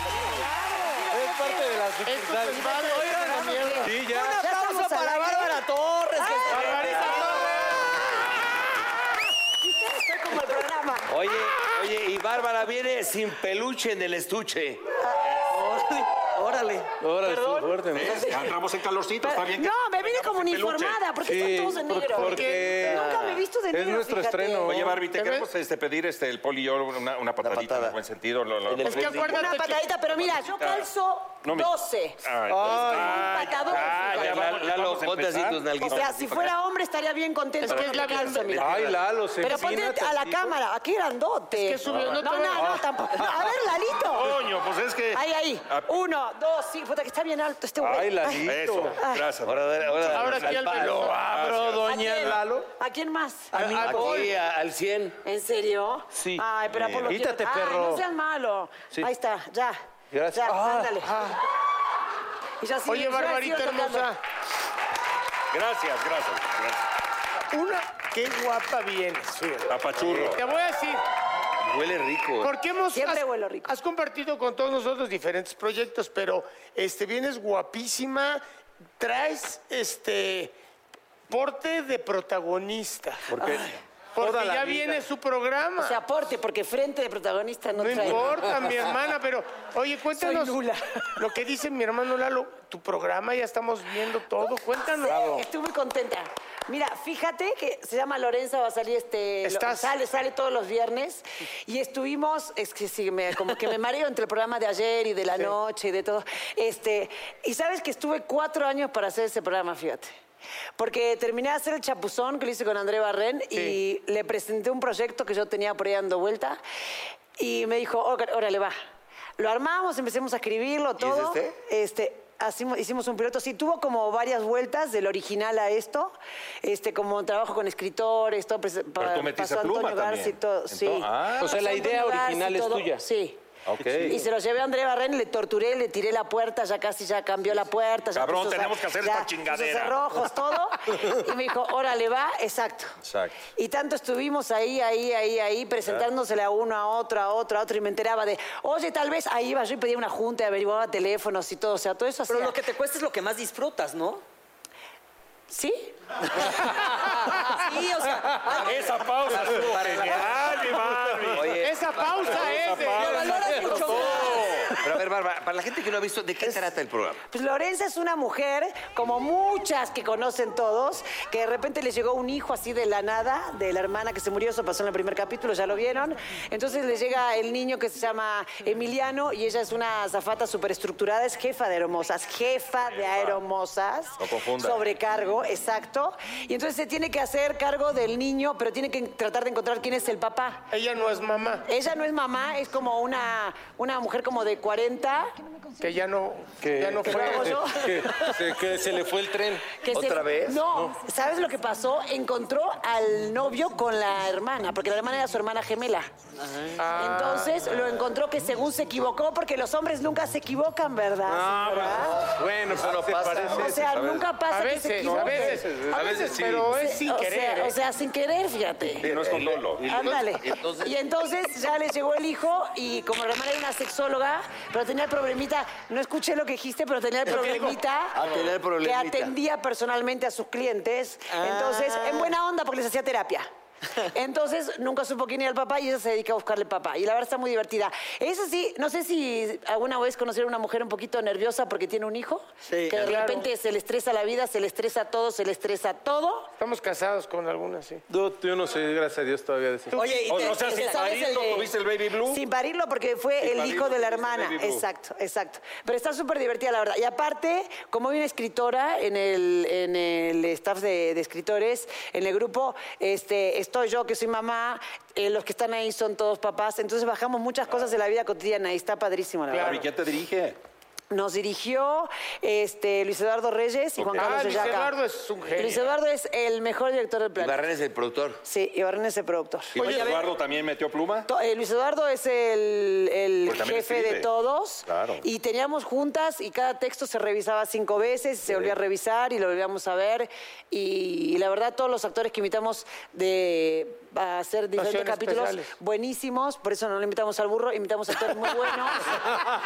Es parte de las dificultades. Sí, ya. Un aplauso para Bárbara Torres. que está- Oye, oye, y Bárbara viene sin peluche en el estuche. Órale. Ahora estuvo fuerte, ¿no? Ya entramos en calorcito, está bien. que- No, me vine como Peluche. uniformada, porque Sí, están todos de por- negro. porque Nunca me he visto de es negro. nuestro fíjate. estreno. Oye, Barbie, te queremos este, pedir este, el poli y yo una, una patadita patada. en buen sentido. Lo, pues, lo- En el lo- Es que Una acuérdate que- patadita, pero mira, yo calzo No me- 12. Ay, Un patadón. ay, ya vamos- ya Lalo, vamos a ponte así empezar. tus nalguitas. O sea, si fuera hombre estaría bien contento. Es que es la Yo calzo, mira. Ay, Lalo, se Pero ponte empina, a la tantito. cámara, aquí grandote. Es que subió, no, no te no, veo. no, tampoco. A ver, Lalito. Coño, pues es que. Ahí, ahí. Ah, Uno, dos, sí. Puta, que está bien alto este güey. Ay, Lalito. Eso, gracias. Ahora, ahora, Ahora aquí al Lo veloz. Ah, abro, doña. Doña Lalo. ¿A quién más? A Aquí a- al 100. ¿En serio? Sí. Ay, pero Apolo. quiero- Quítate, Ay, perro. no seas malo. Sí. Ahí está, ya. Gracias. Ya, Ah, ándale. Y yo así- Oye, yo así Barbarita tocando. hermosa, Gracias, gracias. gracias. una, qué guapa vienes. fíjate. Apachurro. Te voy a decir, Huele rico. porque hemos. Siempre has- huelo rico. Has compartido con todos nosotros diferentes proyectos, pero este, vienes guapísima, traes este porte de protagonista. ¿Por qué? Porque Toda la ya vida. viene su programa. O sea, aporte, porque frente de protagonista no, No trae. importa, mi hermana, pero oye, cuéntanos Soy nula. lo que dice mi hermano Lalo, tu programa ya estamos viendo todo, cuéntanos. Sí, estoy muy contenta. Mira, fíjate que se llama Lorenza, va a salir este... lo- Estás- sale, sale todos los viernes. Y estuvimos, es que sí, me, como que me mareo entre el programa de ayer y de la noche y de todo. Este, y sabes que estuve cuatro años para hacer ese programa, fíjate. Porque terminé de hacer el chapuzón que lo hice con André Barren y le presenté un proyecto que yo tenía por ahí dando vuelta. Y me dijo, "Óra- órale, va. Lo armamos, empecemos a escribirlo, es todo. este? Este, hacimo- hicimos un piloto, sí, tuvo como varias vueltas del original a esto, este, como trabajo con escritores, todo. pues, Pero tú pa- metiste pasó a Pluma Antonio Garci también. y todo, Entonces- sí. Ah. O sea, la Pasó idea Antonio Garci y original es todo, tuya. Sí. Ok. Y se lo llevé a André Barren, le torturé, le tiré la puerta, ya casi ya cambió la puerta. ya Cabrón, puso- tenemos que hacer ya esta puso chingadera. cerrojos, todo. Y me dijo, órale, va, exacto. Exacto. Y tanto estuvimos ahí, ahí, ahí, ahí, presentándosela a uno, a otro, a otro, a otro, y me enteraba de, oye, tal vez ahí iba yo y pedía una junta y averiguaba teléfonos y todo, o sea, todo eso Pero hacía. lo que te cuesta es lo que más disfrutas, ¿no? ¿Sí? Ah, Sí, o sea, Esa pausa estuvo genial, mi Barbie. Oye, ah, Esa pausa es de... lo valoras mucho más. pero a ver, Bárbara, para la gente que no ha visto, ¿de qué trata el programa? Pues Lorenza es una mujer, como muchas que conocen todos, que de repente le llegó un hijo así de la nada, de la hermana que se murió, eso pasó en el primer capítulo, ya lo vieron. Entonces le llega el niño que se llama Emiliano y ella es una azafata superestructurada, es jefa de aeromosas, jefa de aeromosas. No confundan. Sobrecargo, exacto. Y entonces se tiene que hacer cargo del niño, pero tiene que tratar de encontrar quién es el papá. Ella no es mamá. Ella no es mamá, es como una, una mujer como de 40, Que ya no, ya no fue. Bravo, ¿no? Que, se- que se le fue el tren. Que se- ¿Otra vez? No, ¿sabes lo que pasó? Encontró al novio con la hermana, porque la hermana era su hermana gemela. Entonces lo encontró que según se equivocó, porque los hombres nunca se (laughs) equivocan, ¿verdad? Ah, señora? bueno, pero pasa. parece. o sea, veces. nunca pasa A que se veces, equivoquen. a veces, a veces, sí. pero es sin o sea, querer. ¿eh? o sea, eh, sin querer, fíjate. no es con dolo. Y luego- Ándale. entonces- y entonces ya le llegó el hijo y como la hermana era una sexóloga, pero tenía el problemita, no escuché lo que dijiste, pero tenía el problemita, Ah, tenía el problemita. que atendía personalmente a sus clientes. Entonces, en buena onda porque les hacía terapia. Entonces nunca supo quién era el papá y ella se dedica a buscarle papá. Y la verdad está muy divertida. Eso sí, no sé si alguna vez conocieron a una mujer un poquito nerviosa porque tiene un hijo, Sí, que de claro. repente se le estresa la vida, se le estresa todo, se le estresa todo. Estamos casados con algunas, sí. Yo, yo no sé, gracias a Dios todavía de eso. Oye, y O- te- o sea, te sin sabes parirlo, de- ¿tuviste el Baby Blue? Sin parirlo porque fue el parirlo, hijo de la ¿tuviste el hermana. Baby Blue? Exacto, exacto. Pero está súper divertida, la verdad. Y aparte, como hay una escritora en el, en el staff de, de escritores, en el grupo, este, estoy yo que soy mamá, eh, los que están ahí son todos papás, entonces bajamos muchas cosas de la vida cotidiana y está padrísimo, la Claro, ¿y verdad. quién te dirige? Nos dirigió este, Luis Eduardo Reyes y Juan Ah, Carlos Luis Ollaga. Eduardo es un genio. Luis Eduardo es el mejor director del planeta. Barrera es el productor. Sí, y Barrena es el productor. ¿Y Luis Eduardo también metió pluma? To- eh, Luis Eduardo es el, el (laughs) Pues también jefe escribe. de todos. Claro. Y teníamos juntas y cada texto se revisaba cinco veces, se volvía a revisar y lo volvíamos a ver. Y, y la verdad, todos los actores que invitamos de, a hacer diferentes Actuaciones capítulos, especiales. buenísimos. Por eso no lo invitamos al burro, invitamos a actores muy buenos.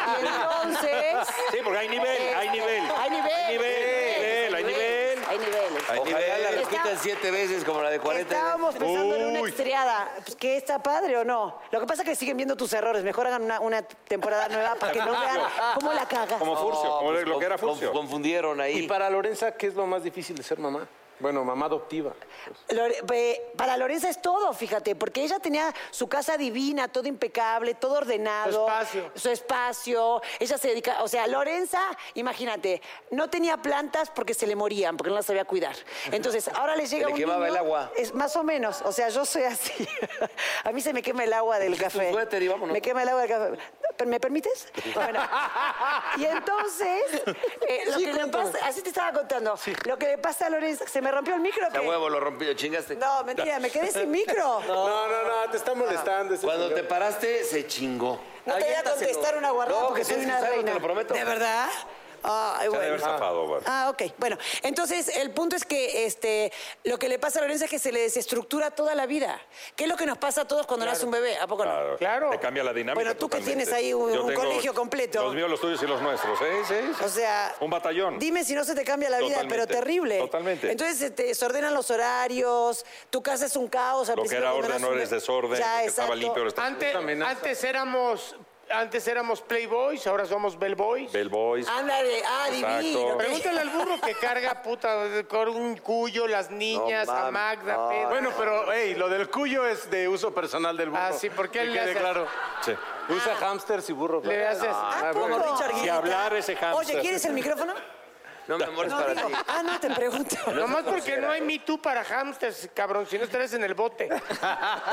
y entonces. Sí, porque hay nivel, este, hay nivel. Hay nivel. Hay nivel, hay nivel. Hay niveles. Hay Ojalá la nivel. repitan siete veces como la de 40. Estábamos pensando en una Uy. extriada. Pues, ¿Qué está padre o no? Lo que pasa es que siguen viendo tus errores. Mejor hagan una, una temporada nueva para que (laughs) no vean cómo la cagas. Como Furcio, No, como pues, lo que era con- Furcio. Confundieron Y ahí. para Lorenza, ¿qué es lo más difícil de ser mamá? Bueno, mamá adoptiva. Lore- pe- para Lorenza es todo, fíjate, porque ella tenía su casa divina, todo impecable, todo ordenado. Su espacio. Su espacio. Ella se dedica. O sea, Lorenza, imagínate, no tenía plantas porque se le morían, porque no las sabía cuidar. Entonces, ahora le llega le un quemaba niño- el agua. Es más o menos. O sea, yo soy así. (laughs) A mí se me quema el agua del café. suéter y vámonos. Me quema el agua del café. ¿Per- (laughs) ¿Me permites? Bueno. Y entonces, eh, (laughs) lo que le pasa, así te estaba contando, lo que le pasa a Lorenza, se me rompió el micro. A ¿qué? huevo lo rompí, lo chingaste. No, mentira, me quedé (laughs) sin micro. No, No, Ah. no, no, te está molestando. ese Cuando señor. te paraste, se chingó. te voy a contestar una guarrada No, porque que soy tienes una que usarlo, reina. te lo prometo. ¿De verdad? Ay, Ha de haber bueno. zafado, güey. Ah, ok. Bueno, entonces el punto es que este, lo que le pasa a Lorenza es que se le desestructura toda la vida. ¿Qué es lo que nos pasa a todos cuando nace un bebé? ¿A poco no? Claro. Te cambia la dinámica. Bueno, tú que totalmente. tienes ahí un- Yo un tengo colegio completo. Los míos, los tuyos y los nuestros. ¿eh? Sí, sí. O sea, Un batallón. Dime si no se te cambia la vida, Totalmente, pero terrible. totalmente. Entonces se te desordenan los horarios, tu casa es un caos. Al Lo que principio era cuando orden nace un ahora bebé- es desorden. Ya, lo que estaba exacto. limpio ahora está. Antes, amenaza. antes éramos antes éramos Playboys, ahora somos Bellboys. Bellboys. Ándale, ah, Exacto. divino. Pregúntale al burro que carga puta con un cuyo, las niñas, a Magda, Pedro. Bueno, pero, hey, lo del cuyo es de uso personal del burro. Ah, sí, ¿por qué Que le quede haces? claro. Sí. Ah, Usa hamsters y Ah, burro. le claro. haces. ¿A poco, bueno. Richard Si Guilleta? hablar ese hámster. Oye, (laughs) ¿quieres el micrófono? No, mi amor, es No, para digo. ti. Ah, no, te pregunto. Nomás porque no hay Me Too para hamsters, cabrón, si no estarás en el bote.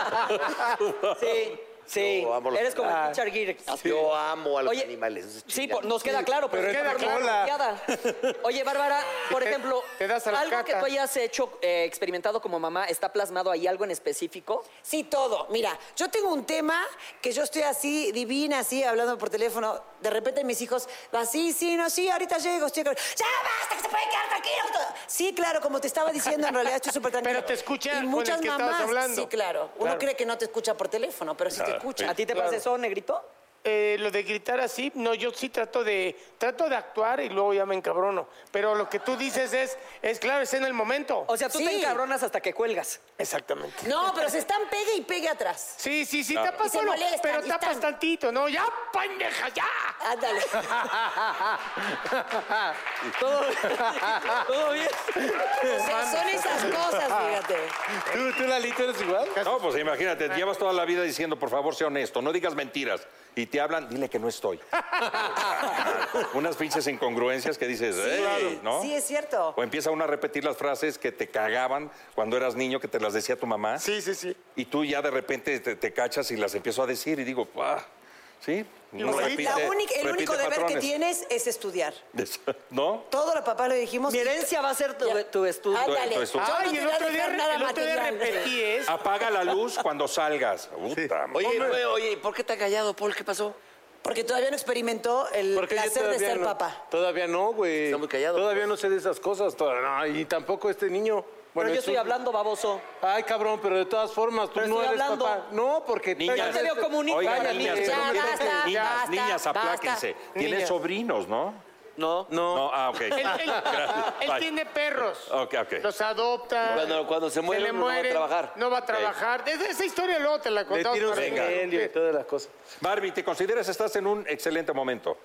(laughs) Sí, sí. Yo amo los Eres como el animales. Ah, Richard Gere. Yo amo a los Oye, animales. esos Sí, chingados. por- nos queda claro, pero Nos es queda una forma claro. (laughs) apropiada. Oye, Bárbara, por Te- ejemplo, te das a la algo que cata. tú hayas hecho, eh, experimentado como mamá, ¿está plasmado ahí algo en específico? Sí, todo. Mira, yo tengo un tema que yo estoy así, divina, así, hablando por teléfono. De repente mis hijos, así, sí, no, sí, ahorita llego, estoy con- ¡Ya basta, que se pueden quedar tranquilos! todo". Sí, claro, como te estaba diciendo, en realidad estoy súper tranquila. Pero te escucha Y con muchas el que estabas mamás, hablando. Sí, claro. Uno Claro. cree que no te escucha por teléfono, pero sí te escucha. ¿A ti te pasa eso, negrito? Eh, lo de gritar así, no, yo sí trato de trato de actuar y luego ya me encabrono. Pero lo que tú dices es, es claro, es en el momento. O sea, tú te Sí. encabronas hasta que cuelgas. Exactamente. No, pero se están pegue y pegue atrás. Sí, sí, sí, Y tapas se solo, molestan, pero y tapas están. tantito, ¿no? ¡Ya, pendeja, ya! Ándale. Todo, (laughs) todo bien. O sea, son esas cosas, fíjate. ¿Tú, tú, Lalito, eres igual? No, pues imagínate, llevas toda la vida diciendo, por favor, sea honesto, no digas mentiras. Y te hablan, dile que (laughs) no estoy. Unas pinches incongruencias que dices, "Ey", ¿no? Sí, es cierto. O empieza uno a repetir las frases que te cagaban cuando eras niño, que te las decía tu mamá. Sí, sí, sí. Y tú ya de repente te, te cachas y las empiezo a decir y digo, "Ah, Sí. uno sea, repite- la única- el repite único deber que patrones. tienes es estudiar. (laughs) ¿No? Todo los papás lo dijimos. Mi herencia va a ser tu, tu estudio. Ándale. Tu- tu estudio. Yo no Ay, te el voy a otro día, dejar nada el otro día material. repetí ¿eh? eso. Apaga la luz cuando salgas. Puta, Oye, oye, oye, ¿por qué te ha callado, Paul? ¿Qué pasó? Porque todavía no experimentó el Porque yo placer de todavía ser no- papá. Todavía no, güey. Está muy callado. Todavía no sé de esas cosas. todavía no, y tampoco este niño. Pero Bueno, yo es estoy un- hablando baboso. Ay, cabrón, pero de todas formas, tú Pero no estoy eres hablando. papá. No, porque... Niñas, Ya te veo como un Oigan, Vaya, niña. niñas, pero Ya, tienen- basta, niñas, basta, niñas, apláquense. basta. Tienen Niñas. sobrinos, ¿no? No, no. No, ah, ok. (laughs) Él, él- él Bye. tiene perros. Ok, ok. Los adopta. Cuando- cuando se muere le uno no va a mueren, trabajar. no va a trabajar. Esa, esa historia luego te la Le contamos. tiro un para que- evangelio y todas las cosas. Barbie, ¿te consideras estás en un excelente momento?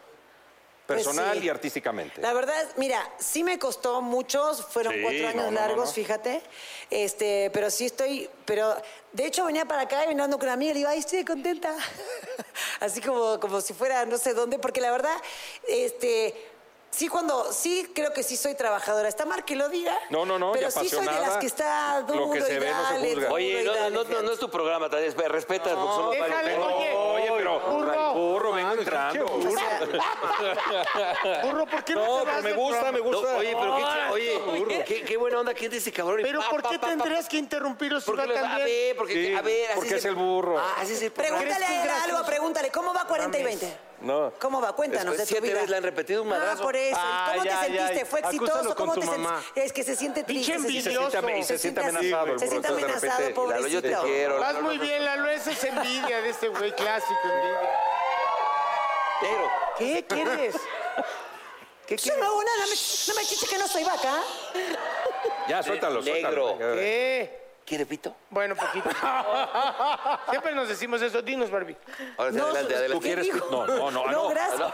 Pues Personal sí. y artísticamente. La verdad, es- mira, sí me costó muchos, fueron Sí, cuatro no, años no, no, largos, no. fíjate. Este, pero sí estoy, pero de hecho venía para acá y andando con una amiga y le digo, ay, estoy contenta. (laughs) Así como, como si fuera no sé dónde, porque la verdad, este, sí cuando, sí creo que sí soy trabajadora. Está mal que lo diga. No, no, no, y Pero sí soy de las apasionada. que está Lo que duro se y ve no se dale, juzga. duro Oye, y no, dale, no, no, fíjate. no es tu programa, Tania, espera, respetas, porque somos Déjale, varios. oye. Oye, pero Burro. burro, vengo Ay, entrando. pinche burro. Burro, ¿por qué no, No, te pero vas me del gusta, programa? me gusta. No, oye, pero qué, ch- oye, qué, qué buena onda, ¿quién dice cabrón? Y Pero pa, ¿por pa, qué pa, pa, tendrías pa. que interrumpirlo si ¿Por va qué lo- a tan bien? ver, porque, Sí, a ver, así porque se- es el burro. Ah, así es el programa. Pregúntale a Edra algo, pregúntale, ¿cómo va 40 y 20? No. ¿Cómo va? Después Cuéntanos de tu siete vida. veces le han repetido un madrazo. Ah, por eso. ¿Y Ah, ¿Cómo ya, te ya, ya. sentiste? ¿Fue exitoso? Acúsalo con ¿Cómo tu te mamá. sentiste? Es que se siente triste. Pinche se Se siente- envidioso. siente, y se Se siente siente así, amenazado el se burro. siente entonces, de amenazado, repente, Lalo, yo te pobrecito. quiero. Vas Lalo, muy no, no. bien, Lalo, esa es envidia de este güey, clásico envidia. Pero, ¿Qué quieres? ¿Qué Yo no hago nada. me- No me chiste que no soy vaca. Ya, suéltalo, Negro. suéltalo. ¿Qué? ¿quiere pito? Bueno, poquito. Siempre nos decimos eso. Dinos, Barbie. Ahora sí, adelante, ¿Tú adelante. quieres? dijo? No, no, no. ah, No, gracias.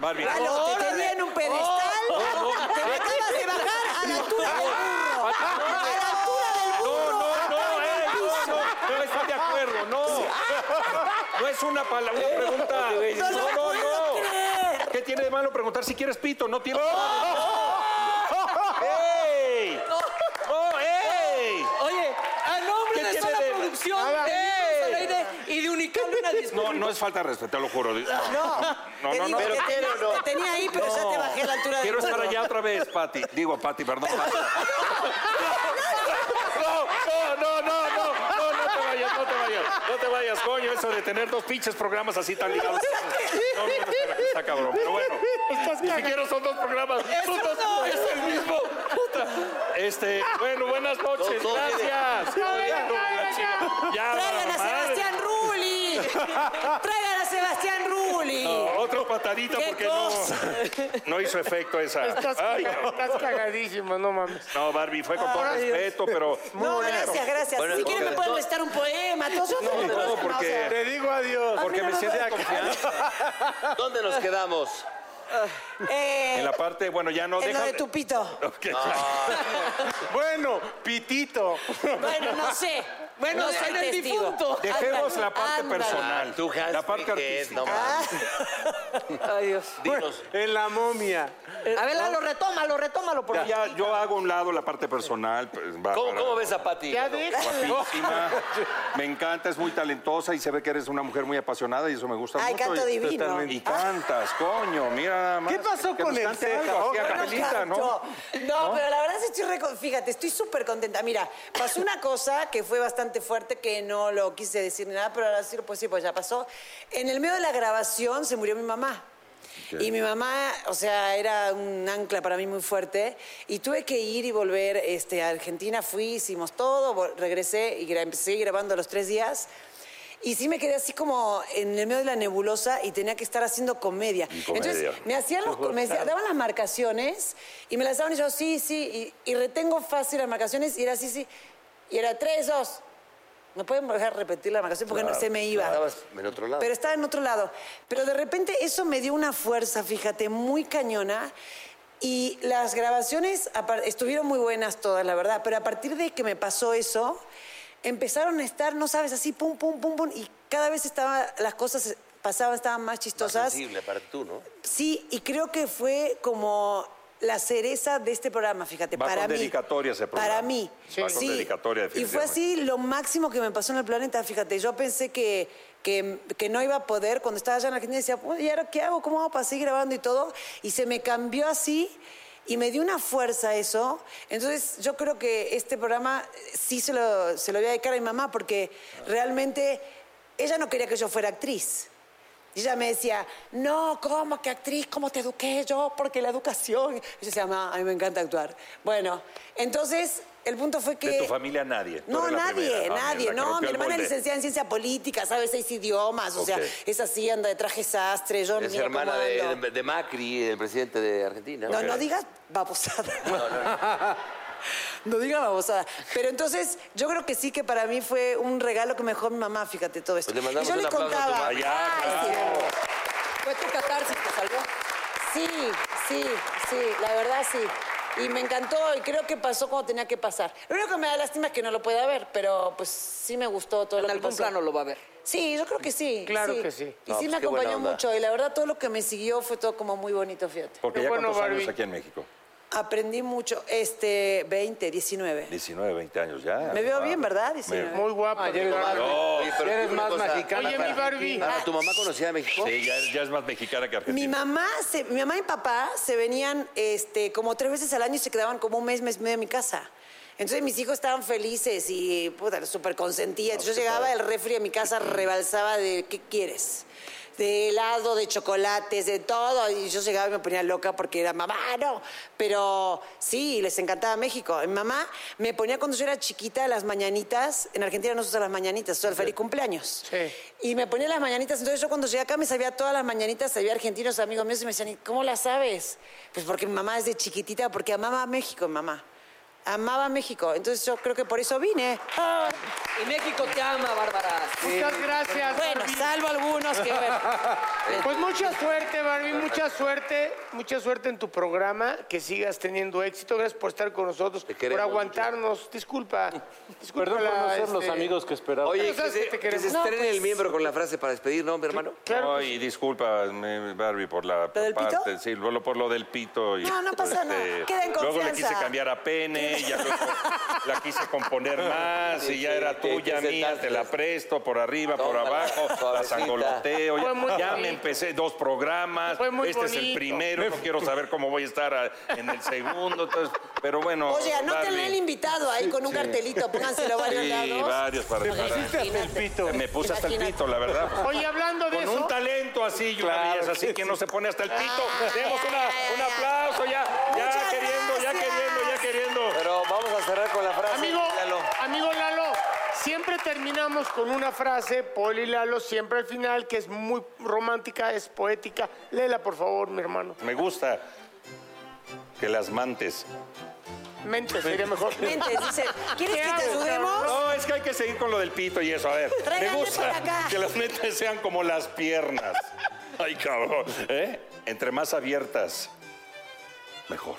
Barbie. Lalo, te tenía en un pedestal. Te me acabas de bajar a la altura del burro. A la altura del No, burro. no, no, eh, no, no, no estoy de acuerdo, no. No es una palabra, una pregunta. No, lo no, puedo no. creer. ¡Oh! ¿Qué tiene de malo preguntar si quieres pito? No tiene. ¡Oh! ¡Ey! ¡Oh, ey! Oye, a nombre ¿Qué de tiene toda de- la producción Nada. de Niños al Aire y de Unicable una disculpa. No, no es falta de respeto, te lo juro. No, no, te no, digo, pero te quiero, tenía- no. te tenía ahí, pero ya te bajé a la altura del Quiero estar burro. allá otra vez, Pati. Digo, Pati, perdón. Pati. No, no, no, no, no, no, no te vayas, no te vayas, no te vayas, coño, eso de tener dos pinches programas así tan ligados. No, no, no, espera, está cabrón, pero bueno. Ni siquiera son dos programas, son dos, es el mismo. Puta. Este, bueno, buenas noches, No, no, gracias. Ya, Traigan a madre. Sebastián Rulli. Traigan a Sebastián Rulli. Otro patadita ¿Qué porque no, cosa? no hizo efecto esa. Estás, Ay, caga- estás cagadísimo, no mames. no, Barbie, fue Ah, con todo respeto, pero No, gracias, gracias. Bueno, si quieren me ok, pueden no. recitar un poema. Todo eso No, no, porque, (laughs) Te digo adiós. porque me siento confianza. ¿Dónde nos quedamos? Eh, En la parte, bueno, ya no en lo deja. de tu pito. (laughs) Ok. Bueno, pitito. Bueno, no sé. Bueno, no en soy el testigo. Ah. difunto. Dejemos la parte Ándale. personal, Tú, has Ah, la parte mi head, artística. no Ah, mames. Ay, Dios. Dinos. En la momia. A ver, Lalo, retómalo, retómalo, por Pero favor. ya yo hago a un lado la parte personal. pues, ¿Cómo, Bárbara, cómo ves a Pati? Ya deja. guapísima. Me encanta, es muy talentosa y se ve que eres una mujer muy apasionada y eso me gusta Ay, mucho. canto y, divino. Ah. totalmente. Y cantas, coño, mira nada más. ¿Qué pasó Que con nos el cante algo cejo? así a Bueno, capelita, ¿no? No, no, pero la verdad sí estoy reco- fíjate, estoy súper contenta. Mira, pasó una cosa que fue bastante fuerte que no lo quise decir ni nada, pero ahora sí, pues sí, pues ya pasó. En el medio de la grabación se murió mi mamá. Y mi mamá, o sea, era un ancla para mí muy fuerte. Y tuve que ir y volver este, a Argentina. Fui, hicimos todo, vol- regresé y gra- empecé grabando a los tres días. Y sí me quedé así como en el medio de la nebulosa y tenía que estar haciendo comedia. Entonces me hacían los me hacían- daban las marcaciones y me las daban y yo sí, sí, y, y retengo fácil las marcaciones y era sí, sí. Y era tres, dos. ¿Me pueden dejar repetir la marcación? Porque no se me iba. Estabas en otro lado. Pero estaba en otro lado. Pero de repente eso me dio una fuerza, fíjate, muy cañona. Y las grabaciones apar- estuvieron muy buenas todas, la verdad. Pero a partir de que me pasó eso, empezaron a estar, no sabes, así, pum, pum, pum, pum. Y cada vez estaba, las cosas pasaban, estaban más Más chistosas. sensible para tú, ¿no? sí, y creo que fue como la cereza de este programa, fíjate, Va para con mí. dedicatoria ese programa. Para mí. Sí. Va con dedicatoria, Y fue definitivamente. así lo máximo que me pasó en el planeta, fíjate. Yo pensé que que, que no iba a poder. Cuando estaba allá en Argentina decía, "Pues, ¿y ahora qué hago? ¿Cómo hago para seguir grabando y todo? Y se me cambió así y me dio una fuerza eso. Entonces yo creo que este programa eh, sí se lo, se lo voy a dedicar a mi mamá porque realmente ella no quería que yo fuera actriz. Y ella me decía, no, ¿cómo que actriz? ¿Cómo te eduqué yo? Porque la educación. Y yo decía, mamá, a mí me encanta actuar. Bueno, entonces el punto fue que... De tu familia nadie. Tú No, eres la nadie, primera, la nadie. que No, rompió mi el hermana es molde. licenciada en ciencia política, sabe seis idiomas, o sea, Ok. es así, anda de traje sastre, yo Es mira cómo hermana de, ando. de- de Macri, el presidente de Argentina. No, no digas babosada. (laughs) No, digas babosada. Pero entonces, yo creo que sí que para mí fue un regalo que me dejó mi mamá, fíjate todo esto. Pues le mandamos y yo un le aplauso a tu contaba. mamá. Ya, Ay, sí. Fue tu catarsis que salvó. Sí, sí, sí, la verdad sí. Y me encantó y creo que pasó como tenía que pasar. Lo único que me da lástima es que no lo pueda ver, pero pues sí me gustó todo lo En que algún pasó. plano lo va a ver. Sí, yo creo que sí. Claro que sí. Y No, sí pues, me qué buena acompañó onda. mucho. Y la verdad todo lo que me siguió fue todo como muy bonito, fíjate. Porque ya Bueno, cuántos años Barbie. aquí en México. Aprendí mucho. Este, 20, 19. 19, 20 años ya. Me veo Ah, bien, ¿verdad? me- 19. Muy guapa. Ayer mi Barbie. Oye, pero Eres dime una más cosa. mexicana. Oye, mi Barbie. Ah, ¿Tu mamá conocía a México? Sí, ya, es- ya es más mexicana que Mi argentina. mamá, se- mi mamá y papá se venían este, como tres veces al año y se quedaban como un mes, mes y medio en mi casa. Entonces mis hijos estaban felices y puta, súper consentía. Yo llegaba del refri a mi casa, rebalsaba de qué quieres. De helado, de chocolates, de todo. Y yo llegaba y me ponía loca porque era mamá, "Ah, no. Pero sí, les encantaba México. Mi mamá me ponía cuando yo era chiquita las mañanitas. En Argentina no se usan las mañanitas, se usa el feliz cumpleaños. Sí. Y me ponía las mañanitas. Entonces yo cuando llegué acá me sabía todas las mañanitas, sabía argentinos, amigos míos, y me decían, "¿Y ¿cómo las sabes? Pues porque mi mamá es de chiquitita, porque amaba a México, mi mamá. Amaba a México. Entonces yo creo que por eso vine. Y México te ama, Bárbara. Muchas gracias, Bueno, Barbie. salvo algunos que... bueno. Pues mucha suerte, Barbie, mucha suerte, mucha suerte en tu programa, que sigas teniendo éxito. Gracias por estar con nosotros, por queremos aguantarnos. Disculpa, disculpa. Perdón por no la, ser los este, amigos que esperaba. Oye, Pero que sabes se, que te que queremos. se No, estrene el miembro con la frase para despedir, ¿no, mi hermano? Claro, No, y disculpa, me- Barbie, por la pues. ¿Lo del parte, pito? sí, lo- por lo del pito. Y, este, No, no pasa nada. Queda en Luego le confianza. quise cambiar a pene, (laughs) ya luego la quise componer más, y ya era sí, tuya, te mía, sentaste. te la presto por arriba, por Este, Tómala, abajo, la suavecita. sangoloteo. Fue muy Ya, ya me bonito. empecé dos programas, Fue muy este es el bonito. primero, no quiero saber cómo voy a estar a- en el segundo, entonces, pero bueno. Oye, anótenle Barbie. el invitado ahí con un cartelito, pónganselo varios Sí, lados. varios para para- Me puse hasta el pito, la verdad. Oye, hablando de Con eso, un talento así y una belleza así, que no se pone hasta el pito. Ah, Demos una- un aplauso ya, ya Muchas queriendo, ya gracias. queriendo, ya queriendo. Pero vamos a cerrar con la frase. amigo, Lalo. amigo Lalo, siempre terminamos con una frase, Poli y Lalo, siempre al final, que es muy romántica, es poética. Léela, por favor, mi hermano. Me gusta que las mantes. Mente, sería mejor. Mentes, dice, ¿quieres que te ayudemos? No, es que hay que seguir con lo del pito y eso. A ver, me Tráiganle gusta por acá. que las mentes sean como las piernas. (laughs) Ay, cabrón. ¿Eh? Entre más abiertas, mejor.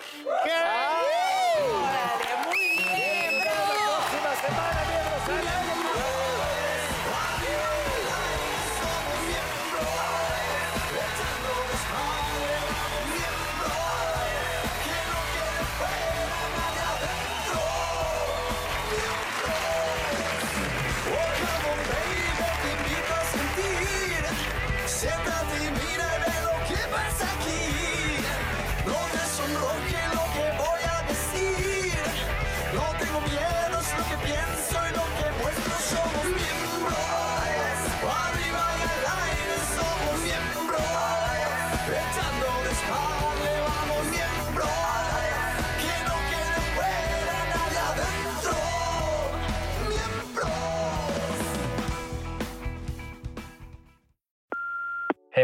Siéntate y mira y ve lo que pasa aquí. No te sonroje lo que voy a decir. No tengo miedo, es lo que pienso y lo que muestro. Somos miembros. Arriba en el aire somos miembros. Echando desmadre vamos miembros. Que no quede fuera nadie adentro. Miembros. Hey